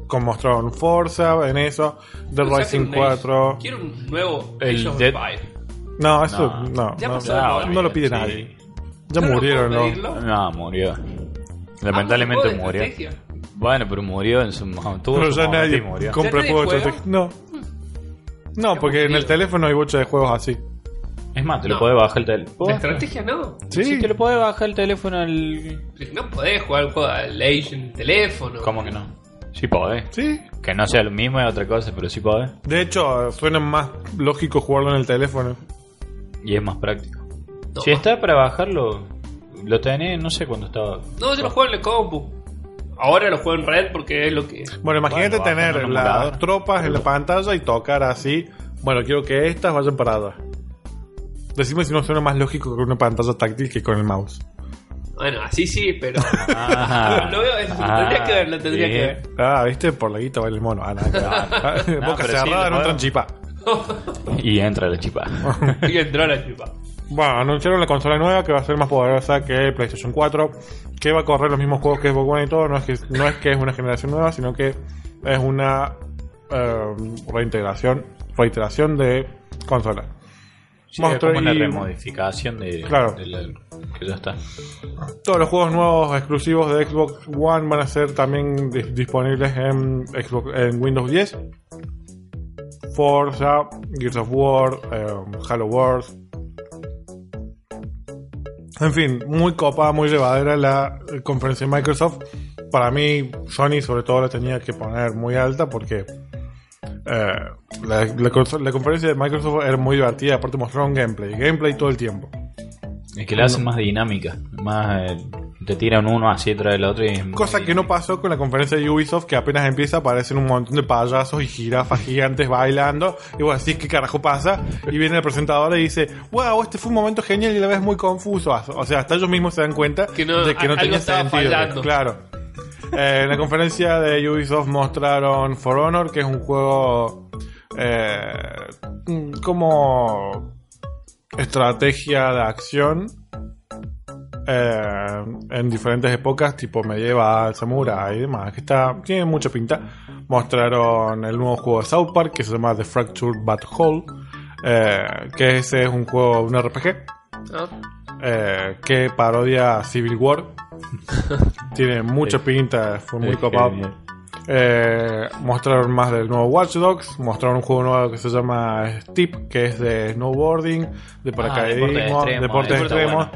[SPEAKER 1] con mostraron Forza en eso, The Rising 4.
[SPEAKER 2] Quiero un nuevo
[SPEAKER 3] El
[SPEAKER 2] Age of
[SPEAKER 3] Dead-
[SPEAKER 2] Empire.
[SPEAKER 1] No, eso no.
[SPEAKER 3] No.
[SPEAKER 1] No,
[SPEAKER 2] Ya
[SPEAKER 1] no,
[SPEAKER 2] pasó. No,
[SPEAKER 1] no lo pide
[SPEAKER 3] sí.
[SPEAKER 1] nadie. Ya
[SPEAKER 2] ¿No lo
[SPEAKER 1] murieron,
[SPEAKER 2] puedo
[SPEAKER 1] ¿no?
[SPEAKER 2] pedirlo?
[SPEAKER 3] No, murió. Lamentablemente
[SPEAKER 2] Ah, un juego de
[SPEAKER 3] murió.
[SPEAKER 2] estrategia.
[SPEAKER 3] Bueno, pero murió en su mo- tuvo
[SPEAKER 1] Pero
[SPEAKER 3] su
[SPEAKER 1] ya
[SPEAKER 3] momento y
[SPEAKER 1] nadie
[SPEAKER 3] murió.
[SPEAKER 1] compra
[SPEAKER 2] ¿Ya nadie
[SPEAKER 1] juegos de
[SPEAKER 2] juega?
[SPEAKER 1] estrategia. No. No, porque en el
[SPEAKER 2] aburrido.
[SPEAKER 1] teléfono hay muchos de juegos así.
[SPEAKER 3] Es más, te lo
[SPEAKER 2] No.
[SPEAKER 3] podés bajar el
[SPEAKER 2] De
[SPEAKER 3] teléfono.
[SPEAKER 2] estrategia no.
[SPEAKER 1] Sí.
[SPEAKER 3] te lo podés bajar el teléfono al.
[SPEAKER 2] No podés jugar al juego al Age en el teléfono.
[SPEAKER 3] ¿Cómo que no? Sí podés.
[SPEAKER 1] Sí.
[SPEAKER 3] Que no sea lo mismo es otra cosa, pero sí podés.
[SPEAKER 1] De hecho, suena más lógico jugarlo en el teléfono.
[SPEAKER 3] Y es más práctico.
[SPEAKER 2] No.
[SPEAKER 3] Si está para bajarlo, lo tenés, no sé cuándo estaba.
[SPEAKER 2] No, yo lo juego en el compu. Ahora lo juego en red porque es lo que.
[SPEAKER 1] Bueno, imagínate
[SPEAKER 3] Bueno, bajan
[SPEAKER 1] tener
[SPEAKER 3] un
[SPEAKER 1] las
[SPEAKER 3] emulador.
[SPEAKER 1] tropas en la pantalla y tocar así Bueno, quiero que estas vayan paradas. Decime si no suena más lógico con una pantalla táctil que con el mouse.
[SPEAKER 2] Bueno, así sí, pero.
[SPEAKER 3] Ah,
[SPEAKER 2] Lo veo, eso, tendría que ver, lo tendría que ver.
[SPEAKER 1] Ah, ¿viste? Por la guita baila el mono. Ah, nada, que ver. Ah,
[SPEAKER 3] No,
[SPEAKER 1] Boca
[SPEAKER 3] pero
[SPEAKER 1] cerrada,
[SPEAKER 3] sí, lo
[SPEAKER 1] no
[SPEAKER 3] podemos.
[SPEAKER 1] entran chipá.
[SPEAKER 3] Y entra la chipa.
[SPEAKER 2] y entró la chupa.
[SPEAKER 1] Bueno, anunciaron la consola nueva que va a ser más poderosa que el PlayStation 4, que va a correr los mismos juegos que Xbox One y todo. No es que, no es, que es una generación nueva, sino que es una eh, reintegración, reiteración de consola.
[SPEAKER 3] Sí, es como
[SPEAKER 1] Monster
[SPEAKER 3] una
[SPEAKER 1] y-
[SPEAKER 3] remodificación de,
[SPEAKER 1] Claro.
[SPEAKER 3] de la- que ya está.
[SPEAKER 1] Todos los juegos nuevos exclusivos de Xbox One van a ser también dis- disponibles en, Xbox- en Windows 10. Forza, Gears of War, eh, Halo Wars. En fin, muy copa, muy llevadera la eh, conferencia de Microsoft. Para mí, Sony sobre todo la tenía que poner muy alta porque eh, la, la cons- la conferencia de Microsoft era muy divertida. Aparte mostraron gameplay, gameplay todo el tiempo.
[SPEAKER 3] Es que la hacen más dinámica. Más, eh, te tiran uno así, trae el otro. Y es muy
[SPEAKER 1] Cosa que no
[SPEAKER 3] dinámica.
[SPEAKER 1] pasó con la conferencia de Ubisoft, que apenas empieza aparecen un montón de payasos y jirafas gigantes bailando. Y vos decís, ¿qué carajo pasa? Y viene el presentador y dice, wow, este fue un momento genial y a la vez muy confuso. O sea, hasta ellos mismos se dan cuenta
[SPEAKER 2] Que no-
[SPEAKER 1] de que no
[SPEAKER 2] algo
[SPEAKER 1] tenía
[SPEAKER 2] estaba
[SPEAKER 1] sentido.
[SPEAKER 2] fallando.
[SPEAKER 1] Claro. Eh, en la conferencia de Ubisoft mostraron For Honor, que es un juego eh, como estrategia de acción eh, en diferentes épocas, tipo medieval, samurai y demás, que está, tiene mucha pinta. Mostraron el nuevo juego de South Park que se llama The Fractured But Whole, eh, que ese es un juego, un RPG,
[SPEAKER 2] ¿no?
[SPEAKER 1] eh, que parodia Civil War. tiene mucha pinta, fue muy
[SPEAKER 3] Es
[SPEAKER 1] copado.
[SPEAKER 3] genial.
[SPEAKER 1] Eh, mostraron más del nuevo Watch Dogs, mostraron un juego nuevo que se llama Steep, que es de snowboarding, de paracaidismo,
[SPEAKER 3] deportes extremos,
[SPEAKER 1] deportes
[SPEAKER 3] está
[SPEAKER 1] extremos,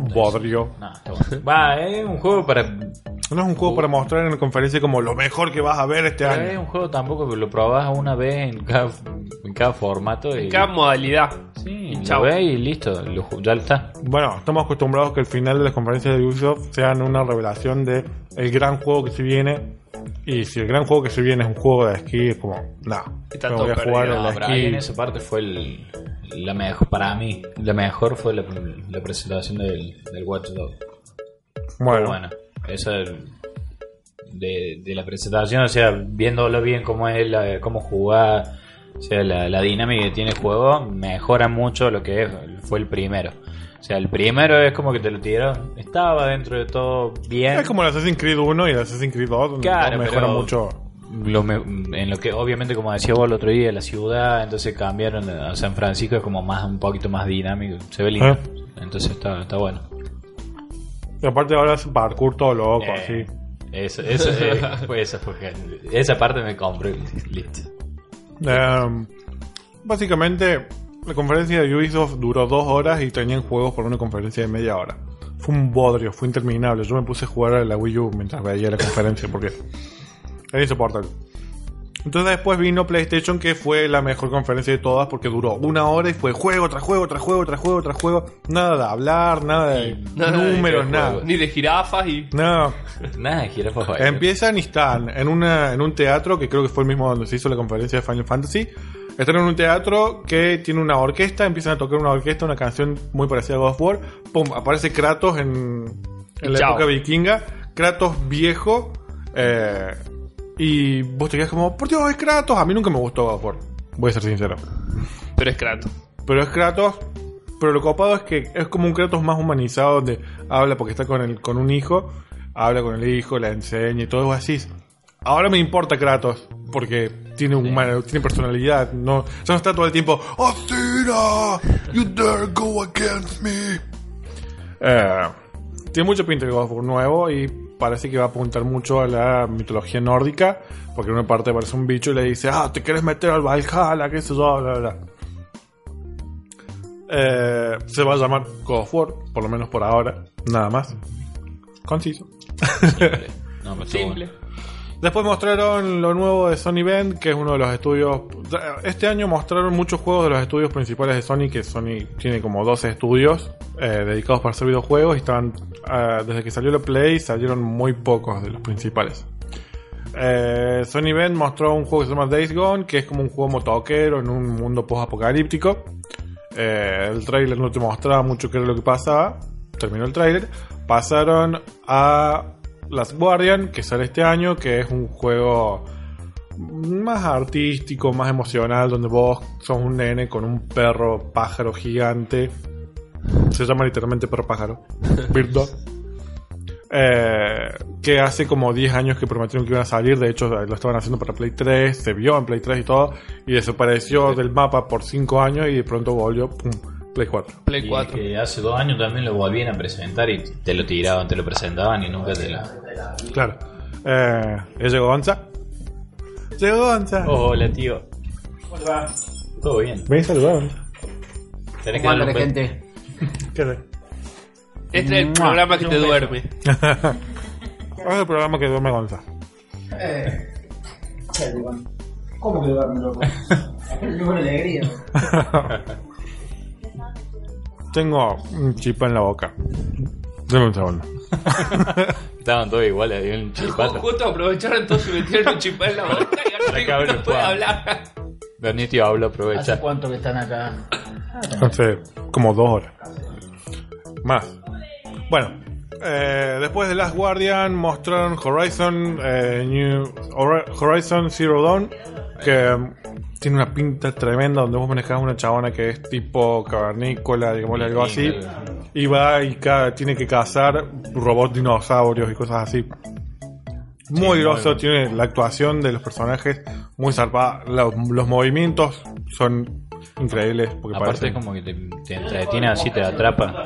[SPEAKER 3] bueno.
[SPEAKER 1] bodrio.
[SPEAKER 3] No, está bueno. Va, es un juego para.
[SPEAKER 1] No es un juego para mostrar en la conferencia como lo mejor que vas a ver este
[SPEAKER 3] pero es
[SPEAKER 1] año.
[SPEAKER 3] un juego tampoco que lo probás una vez en cada, en cada formato. Y,
[SPEAKER 2] En cada modalidad.
[SPEAKER 3] sí,
[SPEAKER 2] y
[SPEAKER 3] lo
[SPEAKER 2] chao.
[SPEAKER 3] ves y listo, lo ju- ya está.
[SPEAKER 1] Bueno, estamos acostumbrados que el final de las conferencias de Ubisoft sean una revelación de el gran juego que se viene. Y si el gran juego que se viene es un juego de esquí, es como, no,
[SPEAKER 2] Está
[SPEAKER 1] no
[SPEAKER 2] todo
[SPEAKER 1] voy a jugar
[SPEAKER 2] perdido,
[SPEAKER 1] al
[SPEAKER 3] No, Ah, pero ahí en
[SPEAKER 1] esquí.
[SPEAKER 3] esa parte fue el, la mejor, para mí, la mejor fue la, la presentación del, del Watch Dogs.
[SPEAKER 1] Bueno,
[SPEAKER 3] Bueno, eso del- de, de la presentación, o sea, viéndolo bien cómo es, la, cómo jugar, o sea, la, la dinámica que tiene el juego, mejora mucho lo que es- fue el primero. O sea, el primero es como que te lo tiraron, estaba dentro de todo bien.
[SPEAKER 1] es como el Assassin's Creed 1 y el Assassin's Creed 2, donde
[SPEAKER 3] Claro,
[SPEAKER 1] todo mejora
[SPEAKER 3] pero-
[SPEAKER 1] mucho.
[SPEAKER 3] Lo me- en lo que obviamente como decía vos el otro día la ciudad entonces cambiaron a San Francisco es como más un poquito más dinámico se ve lindo
[SPEAKER 1] Ah.
[SPEAKER 3] entonces está, está bueno
[SPEAKER 1] Y aparte ahora es parkour todo loco,
[SPEAKER 3] Eh,
[SPEAKER 1] así.
[SPEAKER 3] eso, eso, eh, fue- esa fue genial. esa parte me compré listo
[SPEAKER 1] Em, básicamente, la conferencia de Ubisoft duró dos horas y tenían juegos por una conferencia de media hora. Fue un bodrio, fue interminable. Yo me puse a jugar a la Wii U mientras veía la conferencia porque era insoportable. Entonces después vino PlayStation que fue la mejor conferencia de todas porque duró una hora y fue juego tras juego, tras juego, tras juego, tras juego. Nada de hablar, nada de
[SPEAKER 2] Nada de
[SPEAKER 1] números, nada.
[SPEAKER 2] Ni de jirafas y.
[SPEAKER 1] No,
[SPEAKER 3] nada de jirafas bailan.
[SPEAKER 1] Empiezan y están en, una, en un teatro que creo que fue el mismo donde se hizo la conferencia de Final Fantasy. Están en un teatro que tiene una orquesta, empiezan a tocar una orquesta, una canción muy parecida a God of War. Pum, aparece Kratos en, en
[SPEAKER 2] Y
[SPEAKER 1] la
[SPEAKER 2] chao.
[SPEAKER 1] época vikinga. Kratos viejo. eh, y vos te quedas como, por Dios, es Kratos. A mí nunca me gustó God of War. Voy a ser sincero.
[SPEAKER 2] Pero es Kratos.
[SPEAKER 1] Pero es Kratos. Pero lo copado es que es como un Kratos más humanizado donde habla porque está con, el, con un hijo, habla con el hijo, le enseña y todo así. Ahora me importa Kratos porque tiene humano, tiene personalidad, no, ya no está todo el tiempo Athena, you dare go against me. Eh, tiene mucho pinta el God of War nuevo y parece que va a apuntar mucho a la mitología nórdica, porque en una parte aparece un bicho y le dice, ah, te quieres meter al Valhalla, qué sé yo, bla, bla, bla. Eh, se va a llamar God of War, por lo menos por ahora, nada más. Conciso.
[SPEAKER 3] No, pero estuvo
[SPEAKER 2] Simple.
[SPEAKER 3] bueno.
[SPEAKER 1] Después mostraron lo nuevo de Sony Bend, que es uno de los estudios. Este año mostraron muchos juegos de los estudios principales de Sony, que Sony tiene como 12 estudios eh, dedicados para hacer videojuegos y estaban. ah, desde que salió la Play salieron muy pocos de los principales. eh, Sony Ben mostró un juego que se llama Days Gone, que es como un juego motoquero en un mundo post-apocalíptico. Eh, el trailer no te mostraba mucho qué era lo que pasaba. Terminó el trailer. Pasaron a Last Guardian, que sale este año, que es un juego más artístico, más emocional, donde vos sos un nene con un perro pájaro gigante. Se llama literalmente perro pájaro. Bird Dog. Eh, que hace como 10 años que prometieron que iban a salir, de hecho lo estaban haciendo para Play 3, se vio en Play 3 y todo, y desapareció del mapa por 5 años y de pronto volvió, pum, Play 4.
[SPEAKER 2] Play
[SPEAKER 3] Y
[SPEAKER 2] 4.
[SPEAKER 3] que hace dos años también lo volvían a presentar y te lo tiraban, te lo presentaban y nunca te la.
[SPEAKER 1] Claro. Eh, ¿eh, llegó Gonza. Oh. Llegó Gonza.
[SPEAKER 3] Hola, tío. Todo bien.
[SPEAKER 1] Me saludaron.
[SPEAKER 3] Tenés que
[SPEAKER 5] ¿Cómo
[SPEAKER 3] darle
[SPEAKER 5] andan,
[SPEAKER 3] un beso.
[SPEAKER 5] gente?
[SPEAKER 1] ¿Qué tal?
[SPEAKER 2] Este es el programa que te duerme.
[SPEAKER 1] Es el programa que duerme Gonza.
[SPEAKER 5] Eh, ¿Cómo que duerme, loco? Tengo una alegría.
[SPEAKER 1] Tengo un chip en la boca. Deme un segundo.
[SPEAKER 3] Estaban todos iguales, había un chipato.
[SPEAKER 2] Justo aprovecharon todos y metieron el chipá en la boca y ahora
[SPEAKER 3] Acá
[SPEAKER 2] digo,
[SPEAKER 3] abre
[SPEAKER 2] no puede
[SPEAKER 3] Juan.
[SPEAKER 2] hablar.
[SPEAKER 3] Bernie, tío, hablo,
[SPEAKER 5] ¿Hace
[SPEAKER 3] aprovecha.
[SPEAKER 5] cuánto que están acá?
[SPEAKER 1] Hace como dos horas. Más. Bueno, eh, después de Last Guardian mostraron Horizon, eh, New- Hor- Horizon Zero Dawn, que mm, tiene una pinta tremenda donde vos manejás una chabona que es tipo cavernícola, digamos algo así, y va y ca- tiene que cazar robots dinosaurios y cosas así. Muy grosso, tiene la actuación de los personajes muy zarpada, los, los movimientos son increíbles. Porque
[SPEAKER 3] Aparte
[SPEAKER 1] parecen-
[SPEAKER 3] es como que te, te entretiene así, te atrapa.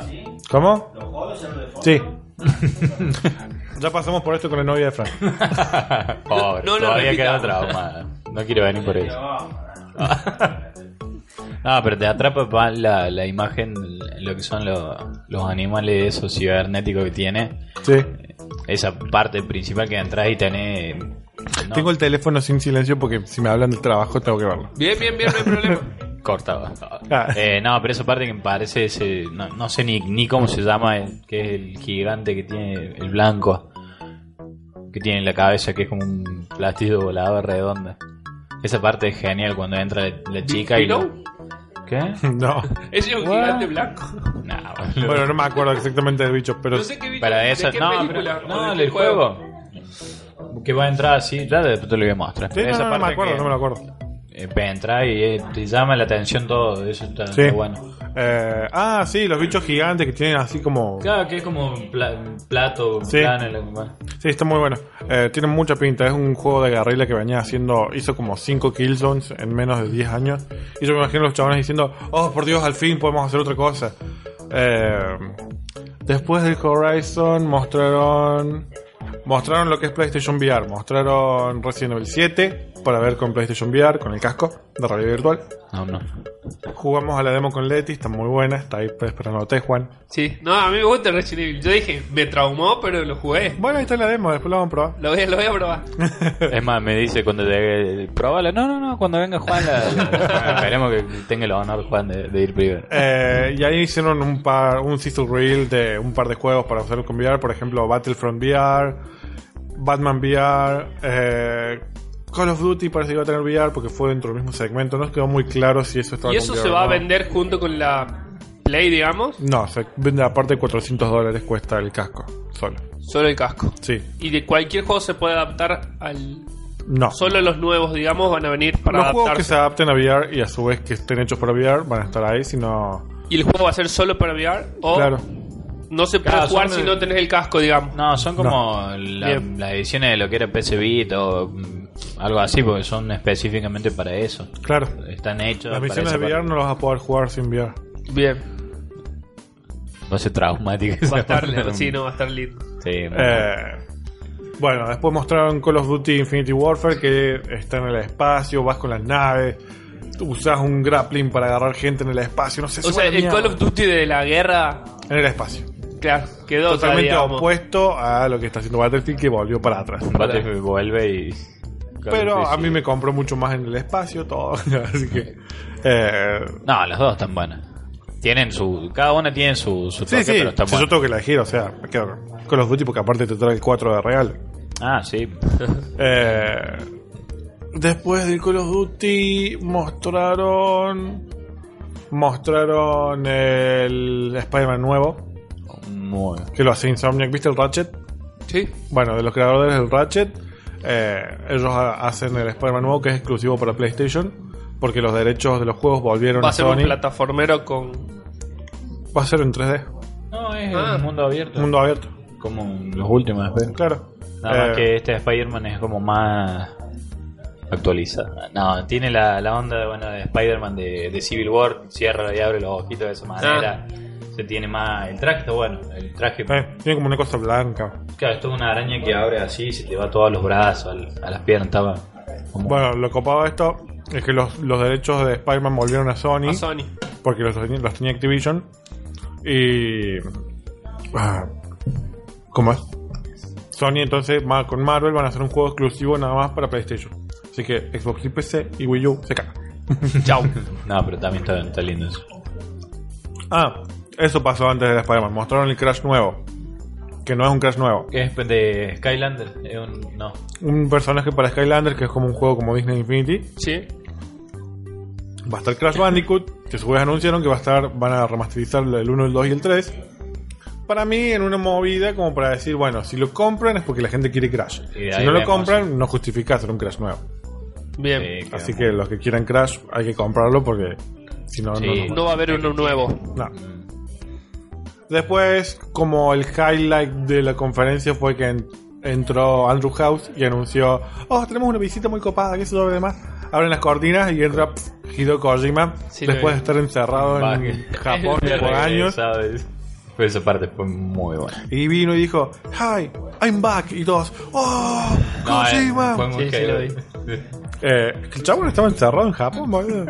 [SPEAKER 1] ¿Cómo? Sí. ya pasamos por esto con la novia de Fran.
[SPEAKER 3] Pobre,
[SPEAKER 2] No lo
[SPEAKER 3] todavía queda
[SPEAKER 2] repitamos.
[SPEAKER 3] traumada. No quiero venir por eso. Ah, pero te atrapa pa- la, la imagen, lo que son lo- los animales esos cibernéticos que tiene.
[SPEAKER 1] Sí.
[SPEAKER 3] Eh, Esa parte principal que entras y tenés... no,
[SPEAKER 1] Tengo el teléfono sin silencio porque si me hablan del trabajo tengo que verlo.
[SPEAKER 2] Bien, bien, bien, no hay problema.
[SPEAKER 3] cortaba.
[SPEAKER 1] Ah.
[SPEAKER 3] Eh, no, pero esa parte que me parece ese... No, no sé ni, ni cómo se llama, el- que es el gigante que tiene el blanco. Que tiene en la cabeza, que es como un plástico volado redonda. Esa parte es genial cuando entra la, la chica y... lo-
[SPEAKER 2] ¿Dino?
[SPEAKER 3] ¿Qué?
[SPEAKER 1] No.
[SPEAKER 2] Ese es un gigante blanco.
[SPEAKER 3] Nah, boludo.
[SPEAKER 1] Bueno, no me acuerdo exactamente del bicho, pero
[SPEAKER 2] No sé qué bicho-
[SPEAKER 3] Para
[SPEAKER 2] de
[SPEAKER 3] eso,
[SPEAKER 2] qué
[SPEAKER 3] no,
[SPEAKER 2] película
[SPEAKER 3] pero-
[SPEAKER 2] o de
[SPEAKER 3] no,
[SPEAKER 2] qué
[SPEAKER 3] el juego. Que va a entrar así, ya después te lo voy a mostrar.
[SPEAKER 1] Sí, no, no,
[SPEAKER 3] Esa
[SPEAKER 1] no me
[SPEAKER 3] parte
[SPEAKER 1] acuerdo,
[SPEAKER 3] que,
[SPEAKER 1] no me lo acuerdo.
[SPEAKER 3] eh, va a entrar y eh, te llama la atención todo, eso está
[SPEAKER 1] Sí.
[SPEAKER 3] está bueno.
[SPEAKER 1] Eh, ah, sí, los bichos gigantes que tienen así como...
[SPEAKER 3] Claro, que es como un pla- un plato,
[SPEAKER 1] Sí.
[SPEAKER 3] plano, lo que va.
[SPEAKER 1] Sí, está muy bueno. Eh, tiene mucha pinta. Es un juego de guerrilla que venía haciendo, hizo como 5 killzones en menos de 10 años. Y yo me imagino a los chavales diciendo, oh, por Dios, al fin podemos hacer otra cosa. Eh, después del Horizon mostraron... Mostraron lo que es PlayStation VR. Mostraron Resident Evil 7 para ver con PlayStation VR, con el casco de realidad virtual.
[SPEAKER 3] No, no.
[SPEAKER 1] Jugamos a la demo con Leti, está muy buena. Está ahí esperándote, Juan.
[SPEAKER 2] Sí, no, a mí me gusta Resident Evil. Yo dije, me traumó, pero lo jugué.
[SPEAKER 1] Bueno, ahí está la demo, después la vamos a probar.
[SPEAKER 2] Lo voy, a- lo voy a probar.
[SPEAKER 3] Es más, me dice cuando llegue, probala. No, no, no, cuando venga Juan, la, la- esperemos que tenga el honor Juan de, de ir primero.
[SPEAKER 1] Eh, y ahí hicieron un par, un sizzle reel de un par de juegos para hacer con VR, por ejemplo Battlefront VR, Batman VR, eh, Call of Duty parece que va a tener VR porque fue dentro del mismo segmento, no quedó muy claro si eso estaba
[SPEAKER 2] ¿Y
[SPEAKER 1] con
[SPEAKER 2] eso
[SPEAKER 1] VR
[SPEAKER 2] se
[SPEAKER 1] o
[SPEAKER 2] va a
[SPEAKER 1] no.
[SPEAKER 2] vender junto con la Play, digamos?
[SPEAKER 1] No, se vende aparte 400 dólares cuesta el casco, solo.
[SPEAKER 2] Solo el casco.
[SPEAKER 1] Sí,
[SPEAKER 2] Y de cualquier juego se puede adaptar al...
[SPEAKER 1] no.
[SPEAKER 2] Solo los nuevos, digamos, van a venir para
[SPEAKER 1] Los juegos que
[SPEAKER 2] adaptarse.
[SPEAKER 1] se adapten a VR y a su vez que estén hechos para VR van a estar ahí, si no...
[SPEAKER 2] ¿Y el juego va a ser solo para VR? ¿O
[SPEAKER 1] Claro.
[SPEAKER 2] no se puede
[SPEAKER 3] Claro,
[SPEAKER 2] jugar
[SPEAKER 3] son
[SPEAKER 2] si
[SPEAKER 3] de-
[SPEAKER 2] no tenés el casco, digamos?
[SPEAKER 3] No, son como la-
[SPEAKER 2] Bien.
[SPEAKER 3] las ediciones de lo que era PC Vita o mm, algo así, porque son específicamente para eso.
[SPEAKER 1] Claro.
[SPEAKER 3] Están hechos.
[SPEAKER 1] Las
[SPEAKER 3] para
[SPEAKER 1] misiones
[SPEAKER 3] esa
[SPEAKER 1] de VR
[SPEAKER 3] parte.
[SPEAKER 1] no las vas a poder jugar sin VR.
[SPEAKER 2] Bien.
[SPEAKER 3] Va a ser traumática. esa
[SPEAKER 2] Va a estar,
[SPEAKER 3] parte.
[SPEAKER 2] sí, no, va a estar lindo.
[SPEAKER 3] Sí,
[SPEAKER 1] Eh, bueno, después mostraron Call of Duty Infinity Warfare que está en el espacio, vas con las naves, usas un grappling para agarrar gente en el espacio, no sé
[SPEAKER 2] O sea, el Call of Duty de la guerra,
[SPEAKER 1] En el espacio.
[SPEAKER 2] claro, quedó
[SPEAKER 1] Totalmente
[SPEAKER 2] otra, digamos.
[SPEAKER 1] opuesto a lo que está haciendo Battlefield que volvió para atrás.
[SPEAKER 3] Battlefield vuelve y.
[SPEAKER 1] Pero a
[SPEAKER 3] sí.
[SPEAKER 1] mí me compró mucho más en el espacio todo, así que... eh,
[SPEAKER 3] No, las dos están buenas. Tienen su. Cada una tiene su, su
[SPEAKER 1] sí,
[SPEAKER 3] toque,
[SPEAKER 1] sí,
[SPEAKER 3] pero están
[SPEAKER 1] si yo
[SPEAKER 3] buenas.
[SPEAKER 1] tengo que elegir, o sea, me quedo con Call of Duty porque aparte te trae el 4 de real.
[SPEAKER 3] Ah, sí.
[SPEAKER 1] Eh, después del Call of Duty mostraron. Mostraron el Spider-Man nuevo,
[SPEAKER 3] Muy.
[SPEAKER 1] que lo hace Insomniac. ¿Viste el Ratchet?
[SPEAKER 2] Sí.
[SPEAKER 1] Bueno, de los creadores del Ratchet, eh, ellos ha- hacen el Spider-Man nuevo que es exclusivo para PlayStation, porque los derechos de los juegos volvieron
[SPEAKER 2] Va
[SPEAKER 1] a
[SPEAKER 2] a ser un
[SPEAKER 1] Sony.
[SPEAKER 2] plataformero con.
[SPEAKER 1] Va a ser en 3D,
[SPEAKER 3] No, es
[SPEAKER 2] Ah.
[SPEAKER 3] un mundo abierto.
[SPEAKER 1] mundo abierto,
[SPEAKER 3] Como los últimos después.
[SPEAKER 1] claro.
[SPEAKER 3] Nada más
[SPEAKER 1] Eh,
[SPEAKER 3] que este Spider-Man es como más actualizada. No, tiene la, la onda de, bueno, de Spider-Man de, de Civil War, cierra y abre los ojitos de esa manera. Se tiene más el traje, está bueno, el traje
[SPEAKER 1] Ah. eh, tiene como una cosa blanca.
[SPEAKER 3] Claro, esto es una araña que abre así y se te va a todos los brazos, al- a las piernas, estaba como-
[SPEAKER 1] Bueno, lo copado de esto es que los, los derechos de Spider-Man volvieron a Sony,
[SPEAKER 2] a Sony.
[SPEAKER 1] porque los, tenía- los tenía Activision. Y. ah, ¿Cómo es? Sony entonces ma- con Marvel van a hacer un juego exclusivo nada más para PlayStation. Así que Xbox y PC y Wii U se cagan.
[SPEAKER 2] Chau.
[SPEAKER 3] No, pero también está, está lindo eso.
[SPEAKER 1] Ah, eso pasó antes de Spider-Man. Mostraron el Crash nuevo. Que no es un Crash nuevo.
[SPEAKER 3] ¿Qué es de Skylander? Es un- no.
[SPEAKER 1] Un personaje para Skylander que es como un juego como Disney Infinity.
[SPEAKER 2] Sí.
[SPEAKER 1] Va a estar Crash Bandicoot, que su vez anunciaron que va a estar, van a remasterizar el 1, el 2 y el 3. Para mí, en una movida como para decir, bueno, si lo compran es porque la gente quiere Crash.
[SPEAKER 3] Y de
[SPEAKER 1] Si
[SPEAKER 3] ahí
[SPEAKER 1] no lo
[SPEAKER 3] vemos.
[SPEAKER 1] compran, no justifica hacer un Crash nuevo.
[SPEAKER 2] Bien.
[SPEAKER 3] Eh,
[SPEAKER 1] Así que los que quieran Crash hay que comprarlo porque si no, no,
[SPEAKER 3] Sí.
[SPEAKER 1] no,
[SPEAKER 2] No va a haber uno nuevo.
[SPEAKER 1] no. Después, como el highlight de la conferencia fue que en- entró Andrew House y anunció, oh, tenemos una visita muy copada, que eso lo demás. Abren las cortinas y entra pff, Hideo Kojima,
[SPEAKER 2] Sí, lo
[SPEAKER 1] después
[SPEAKER 2] vi.
[SPEAKER 1] de estar encerrado
[SPEAKER 3] Va.
[SPEAKER 1] en Japón
[SPEAKER 2] De
[SPEAKER 1] por años.
[SPEAKER 3] ¿sabes? Pero esa parte fue muy buena.
[SPEAKER 1] Y vino y dijo, hi, I'm back. Y todos, oh,
[SPEAKER 3] No, eh,
[SPEAKER 1] Kojima.
[SPEAKER 3] fue muy
[SPEAKER 2] Sí, sí, lo vi.
[SPEAKER 1] Eh, el chabón estaba encerrado en Japón, boludo.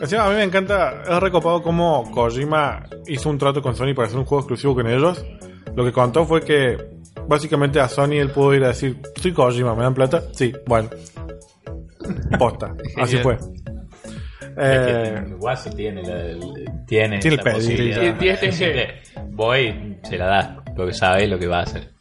[SPEAKER 1] Encima, a mí me encanta, es recopado cómo Kojima hizo un trato con Sony para hacer un juego exclusivo con ellos. Lo que contó fue que básicamente a Sony él pudo ir a decir, soy Kojima, ¿me dan plata? Sí, bueno. Posta, así
[SPEAKER 2] Genial.
[SPEAKER 1] fue. Eh,
[SPEAKER 3] El Guasi tiene la, el- tiene
[SPEAKER 1] Tiene
[SPEAKER 3] la
[SPEAKER 1] el
[SPEAKER 3] posibilidad.
[SPEAKER 2] pedido. Tiene- tiene-
[SPEAKER 3] Decirle, voy, se la da, porque sabe lo que va a hacer.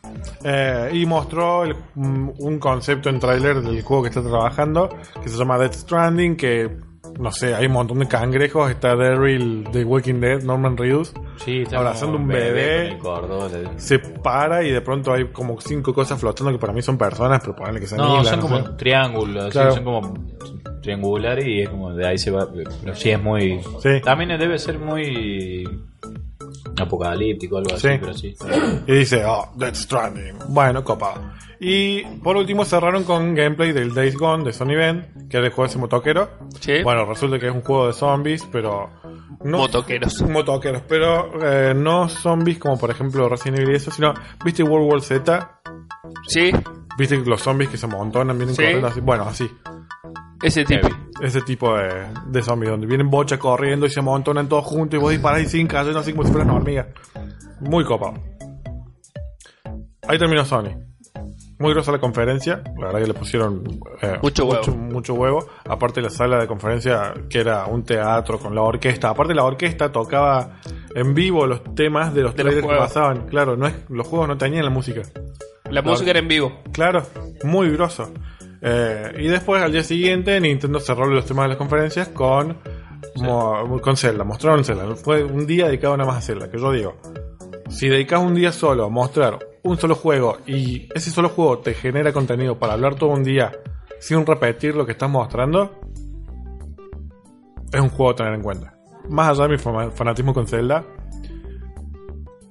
[SPEAKER 1] eh, y mostró el- un un concepto en tráiler del juego que está trabajando, que se llama Death Stranding, que no sé, hay un montón de cangrejos, está Daryl de Walking Dead, Norman Reedus.
[SPEAKER 3] Sí,
[SPEAKER 1] está Abrazando como un bebé bebé.
[SPEAKER 3] Con el cordón.
[SPEAKER 1] se para y de pronto hay como cinco cosas flotando que para mí son personas, pero ponele que se
[SPEAKER 3] No,
[SPEAKER 1] anilan,
[SPEAKER 3] son
[SPEAKER 1] no
[SPEAKER 3] como
[SPEAKER 1] sé.
[SPEAKER 3] triángulos, sí,
[SPEAKER 1] Claro.
[SPEAKER 3] son como triangulares y es como de ahí se va. Pero sí es muy.
[SPEAKER 1] Sí.
[SPEAKER 3] También debe ser muy apocalíptico, algo
[SPEAKER 1] Sí.
[SPEAKER 3] así, pero sí.
[SPEAKER 1] Y dice, oh, Death Stranding. Bueno, copado. Y por último cerraron con gameplay del Days Gone de Sony Ben, que es el juego ese motoquero.
[SPEAKER 2] Sí.
[SPEAKER 1] Bueno, resulta que es un juego de zombies, pero... No,
[SPEAKER 2] Motoqueros.
[SPEAKER 1] Motoqueros, pero eh, no zombies como por ejemplo Resident Evil y eso, sino, ¿viste World War Z?
[SPEAKER 2] Sí.
[SPEAKER 1] ¿Viste los zombies que se amontonan, vienen
[SPEAKER 2] Sí.
[SPEAKER 1] corriendo así? Bueno, así.
[SPEAKER 2] Ese tipo.
[SPEAKER 1] Ese tipo de, de zombies, donde vienen bochas corriendo y se amontonan todos juntos y vos disparás y sin cayendo así como si fueran hormigas. Muy copado. Ahí terminó Sony. Muy grosa la conferencia. La verdad que le pusieron eh,
[SPEAKER 2] Mucho huevo.
[SPEAKER 1] Mucho, mucho huevo. Aparte la sala de conferencia que era un teatro con la orquesta. Aparte la orquesta tocaba en vivo los temas de los
[SPEAKER 2] De los
[SPEAKER 1] trailers que
[SPEAKER 2] juegos.
[SPEAKER 1] pasaban. Claro, no es, los juegos no tenían la música.
[SPEAKER 2] La música era en vivo.
[SPEAKER 1] Claro, muy grosso. Eh, y después, al día siguiente, Nintendo cerró los temas de las conferencias con, mo- con Zelda. Mostraron Zelda. Fue un día dedicado nada más a Zelda, que yo digo. Si dedicas un día solo a mostrar un solo juego y ese solo juego te genera contenido para hablar todo un día sin repetir lo que estás mostrando, es un juego a tener en cuenta. Más allá de mi fama- fanatismo con Zelda,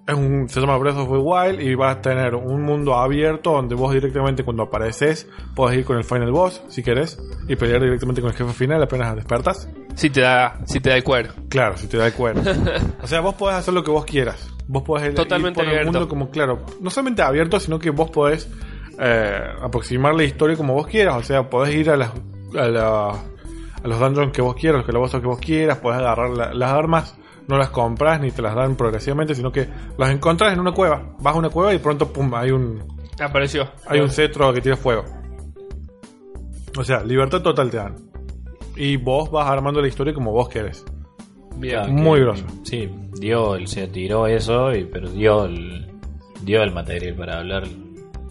[SPEAKER 1] es un, se llama Breath of the Wild y vas a tener un mundo abierto donde vos directamente cuando apareces podés ir con el final boss si querés y pelear directamente con el jefe final apenas despertas.
[SPEAKER 2] Si te da, si te da el cuero.
[SPEAKER 1] Claro, si te da el cuerno. o sea, vos podés hacer lo que vos quieras. Vos podés ir- ir
[SPEAKER 2] Totalmente
[SPEAKER 1] por el
[SPEAKER 2] abierto.
[SPEAKER 1] mundo como, claro, no solamente abierto, sino que vos podés eh, aproximar la historia como vos quieras. O sea, podés ir a las... A la- a los dungeons que vos quieras, los calabozos que vos quieras, podés agarrar la- las armas, no las compras ni te las dan progresivamente, sino que las encontrás en una cueva. Vas a una cueva y pronto, pum, hay un,
[SPEAKER 2] Apareció.
[SPEAKER 1] hay un cetro que tira fuego. O sea, libertad total te dan. Y vos vas armando la historia como vos querés.
[SPEAKER 2] Bien.
[SPEAKER 1] Muy grosso.
[SPEAKER 3] Sí, dio, el- se tiró eso, y, pero dio el, dio el material para hablar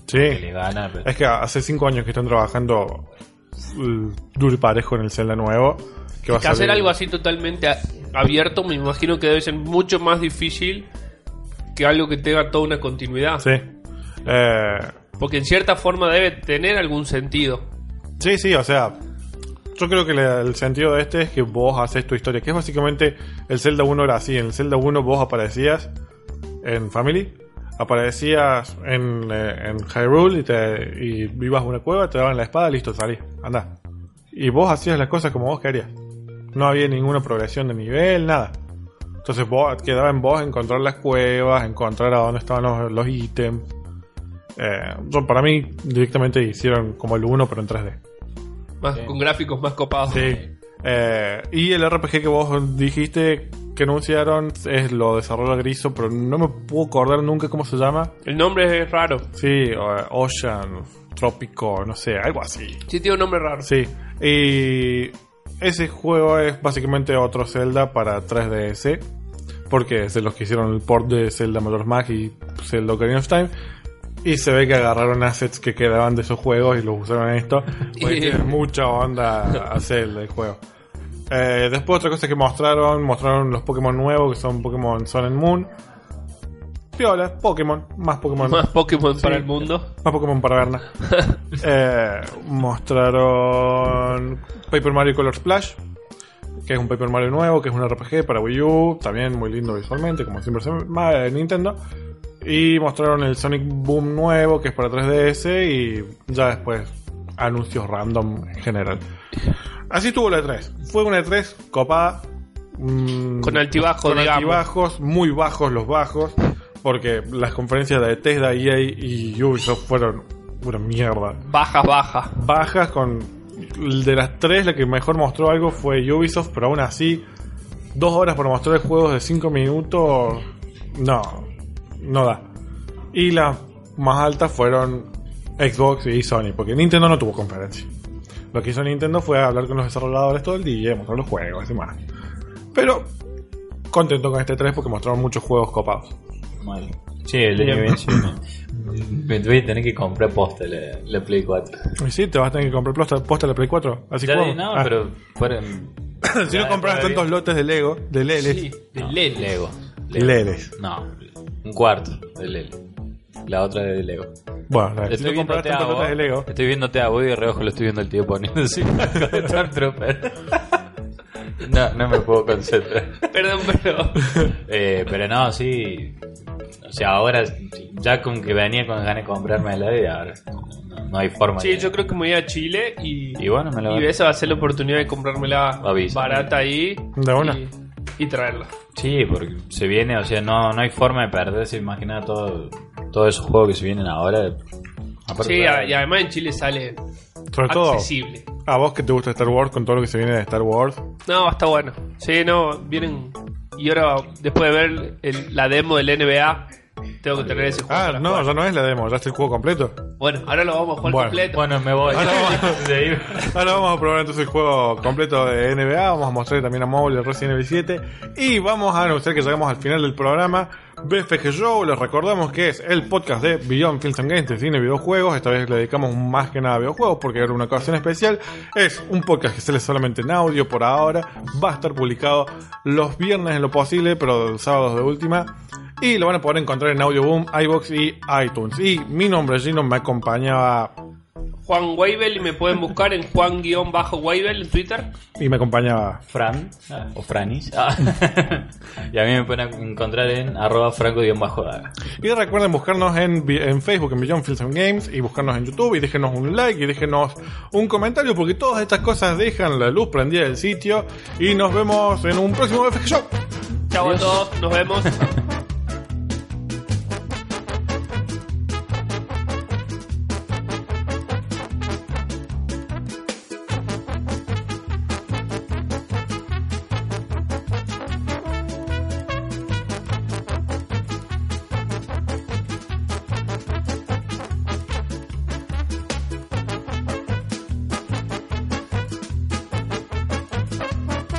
[SPEAKER 3] que
[SPEAKER 1] Sí.
[SPEAKER 3] le gana. pero-
[SPEAKER 1] Es que hace cinco años que están trabajando eh, duro y parejo en el Zelda nuevo. Que va a
[SPEAKER 2] Que hacer
[SPEAKER 1] salir-
[SPEAKER 2] algo así totalmente a- abierto me imagino que debe ser mucho más difícil que algo que tenga toda una continuidad.
[SPEAKER 1] Sí. Eh,
[SPEAKER 2] Porque en cierta forma debe tener algún sentido.
[SPEAKER 1] sí, sí, o sea. Yo creo que la- el sentido de este es que vos haces tu historia, que es básicamente el Zelda 1 era así. En el Zelda 1 vos aparecías en Family, aparecías en, eh, en Hyrule y, te, y ibas a una cueva, te daban la espada, listo, salí, andá. Y vos hacías las cosas como vos querías. No había ninguna progresión de nivel, nada. Entonces vos, quedaba en vos encontrar las cuevas, encontrar a dónde estaban los, los ítems. Eh, yo- para mí directamente hicieron como el 1 pero en 3D.
[SPEAKER 2] Más, Con gráficos más copados.
[SPEAKER 1] Eh, y el RPG que vos dijiste que anunciaron es lo de Desarrollo Griso, pero no me puedo acordar nunca cómo se llama.
[SPEAKER 2] El nombre es raro.
[SPEAKER 1] Sí, o- Ocean, Trópico, no sé, algo así.
[SPEAKER 2] Sí, tiene un nombre raro.
[SPEAKER 1] Sí, y ese juego es básicamente otro Zelda para 3DS, porque es de los que hicieron el port de Zelda Majora's Mask y Zelda Ocarina of Time. Y se ve que agarraron assets que quedaban de esos juegos y los usaron en esto. Porque tiene mucha onda a Zelda el juego. Eh, después otra cosa que mostraron, mostraron los Pokémon nuevos que son Pokémon Sun and Moon. Piola, Pokémon, más Pokémon.
[SPEAKER 2] Más Pokémon
[SPEAKER 1] Sí.
[SPEAKER 2] para el mundo.
[SPEAKER 1] Más Pokémon para verla. Eh, mostraron Paper Mario Color Splash, que es un Paper Mario nuevo, que es un RPG para Wii U, también muy lindo visualmente, como siempre se ma- eh, Nintendo. Y mostraron el Sonic Boom nuevo, que es para 3DS, y ya después anuncios random en general. Así estuvo la E3. Fue una E3 copada. mm,
[SPEAKER 2] Con altibajo,
[SPEAKER 1] con
[SPEAKER 2] digamos.
[SPEAKER 1] altibajos, muy bajos los bajos, porque las conferencias de Bethesda, EA y Ubisoft fueron una mierda.
[SPEAKER 2] Bajas, bajas.
[SPEAKER 1] Bajas con... De las tres, la que mejor mostró algo fue Ubisoft, pero aún así, dos horas para mostrar juegos de cinco minutos, no, no da. Y las más altas fueron Xbox y Sony, porque Nintendo no tuvo conferencia. Lo que hizo Nintendo fue hablar con los desarrolladores todo el día, mostrar los juegos y demás. Pero contento con este 3 porque mostraron muchos juegos copados.
[SPEAKER 3] Mal. Sí, el año que viene sí, no. Me voy a tener que comprar posta la, la Play 4.
[SPEAKER 1] Y sí, te vas a tener que comprar posta, posta la Play 4. Así
[SPEAKER 3] Ya
[SPEAKER 1] que
[SPEAKER 3] di- no, pero fuera-
[SPEAKER 1] si
[SPEAKER 3] ya,
[SPEAKER 1] no compras
[SPEAKER 3] todavía-
[SPEAKER 1] tantos lotes de Lego, de Leles,
[SPEAKER 2] Sí, de
[SPEAKER 3] no,
[SPEAKER 2] Lele.
[SPEAKER 3] Lego.
[SPEAKER 1] Leles.
[SPEAKER 3] No, un cuarto de Lele. La otra de Lego.
[SPEAKER 1] Bueno, la- si
[SPEAKER 3] Estoy
[SPEAKER 1] no compras
[SPEAKER 3] viéndote a
[SPEAKER 1] tantos
[SPEAKER 3] vos.
[SPEAKER 1] lotes de Lego,
[SPEAKER 3] Estoy viéndote a vos y de reojo lo estoy viendo el tío poniendo así. con Stormtrooper. No, no me puedo concentrar.
[SPEAKER 2] Perdón, pero.
[SPEAKER 3] Eh, pero no, sí. O sea, ahora ya con que venía con ganas de comprarme la idea, ahora no, no hay forma.
[SPEAKER 2] Sí,
[SPEAKER 3] de-
[SPEAKER 2] yo creo que me voy a Chile y.
[SPEAKER 3] Y bueno, me lo
[SPEAKER 2] y esa va a ser la oportunidad de comprármela
[SPEAKER 3] Avisa.
[SPEAKER 2] barata ahí.
[SPEAKER 1] De una.
[SPEAKER 2] Y, y traerla.
[SPEAKER 3] Sí, porque se viene, o sea, no, no hay forma de perderse, imagina todo, todos esos juegos que se vienen ahora. Aparte,
[SPEAKER 2] Sí, a- y además en Chile sale
[SPEAKER 1] sobre todo
[SPEAKER 2] accesible.
[SPEAKER 1] a vos que te gusta Star Wars con todo lo que se viene de Star Wars,
[SPEAKER 2] No, está bueno. Sí, no, vienen. Y ahora, después de ver el- la demo del NBA, tengo que tener ese juego.
[SPEAKER 1] Ah,
[SPEAKER 2] para
[SPEAKER 1] no,
[SPEAKER 2] jugar.
[SPEAKER 1] ya no es la demo, ya es el juego completo.
[SPEAKER 2] Bueno, ahora lo vamos a jugar
[SPEAKER 1] Bueno.
[SPEAKER 2] completo.
[SPEAKER 3] Bueno, me voy.
[SPEAKER 1] Ahora
[SPEAKER 3] De ahí-
[SPEAKER 1] Ahora vamos a probar entonces el juego completo de NBA, vamos a mostrar también a Mobile el Resident Evil 7 y vamos a anunciar que llegamos al final del programa BFG Show, les recordamos que es el podcast de Beyond Films and Games de cine y videojuegos, esta vez le dedicamos más que nada a videojuegos porque era una ocasión especial, es un podcast que sale solamente en audio por ahora, va a estar publicado los viernes en lo posible, pero los sábados de última. Y lo van a poder encontrar en Audioboom, iBox y iTunes. Y mi nombre es Gino, me acompañaba
[SPEAKER 2] Juan Weibel y me pueden buscar en Juan-Weibel en Twitter.
[SPEAKER 1] y me acompañaba
[SPEAKER 3] Fran, ah, o Franis. ah. y a mí me pueden encontrar en arroba franco-daga.
[SPEAKER 1] Y recuerden buscarnos en, vi- en Facebook, en Beyond Films and Games, y buscarnos en YouTube, y déjenos un like, y déjenos un comentario, porque todas estas cosas dejan la luz prendida del sitio, y nos vemos en un próximo FG Show.
[SPEAKER 2] Chao a todos, nos vemos.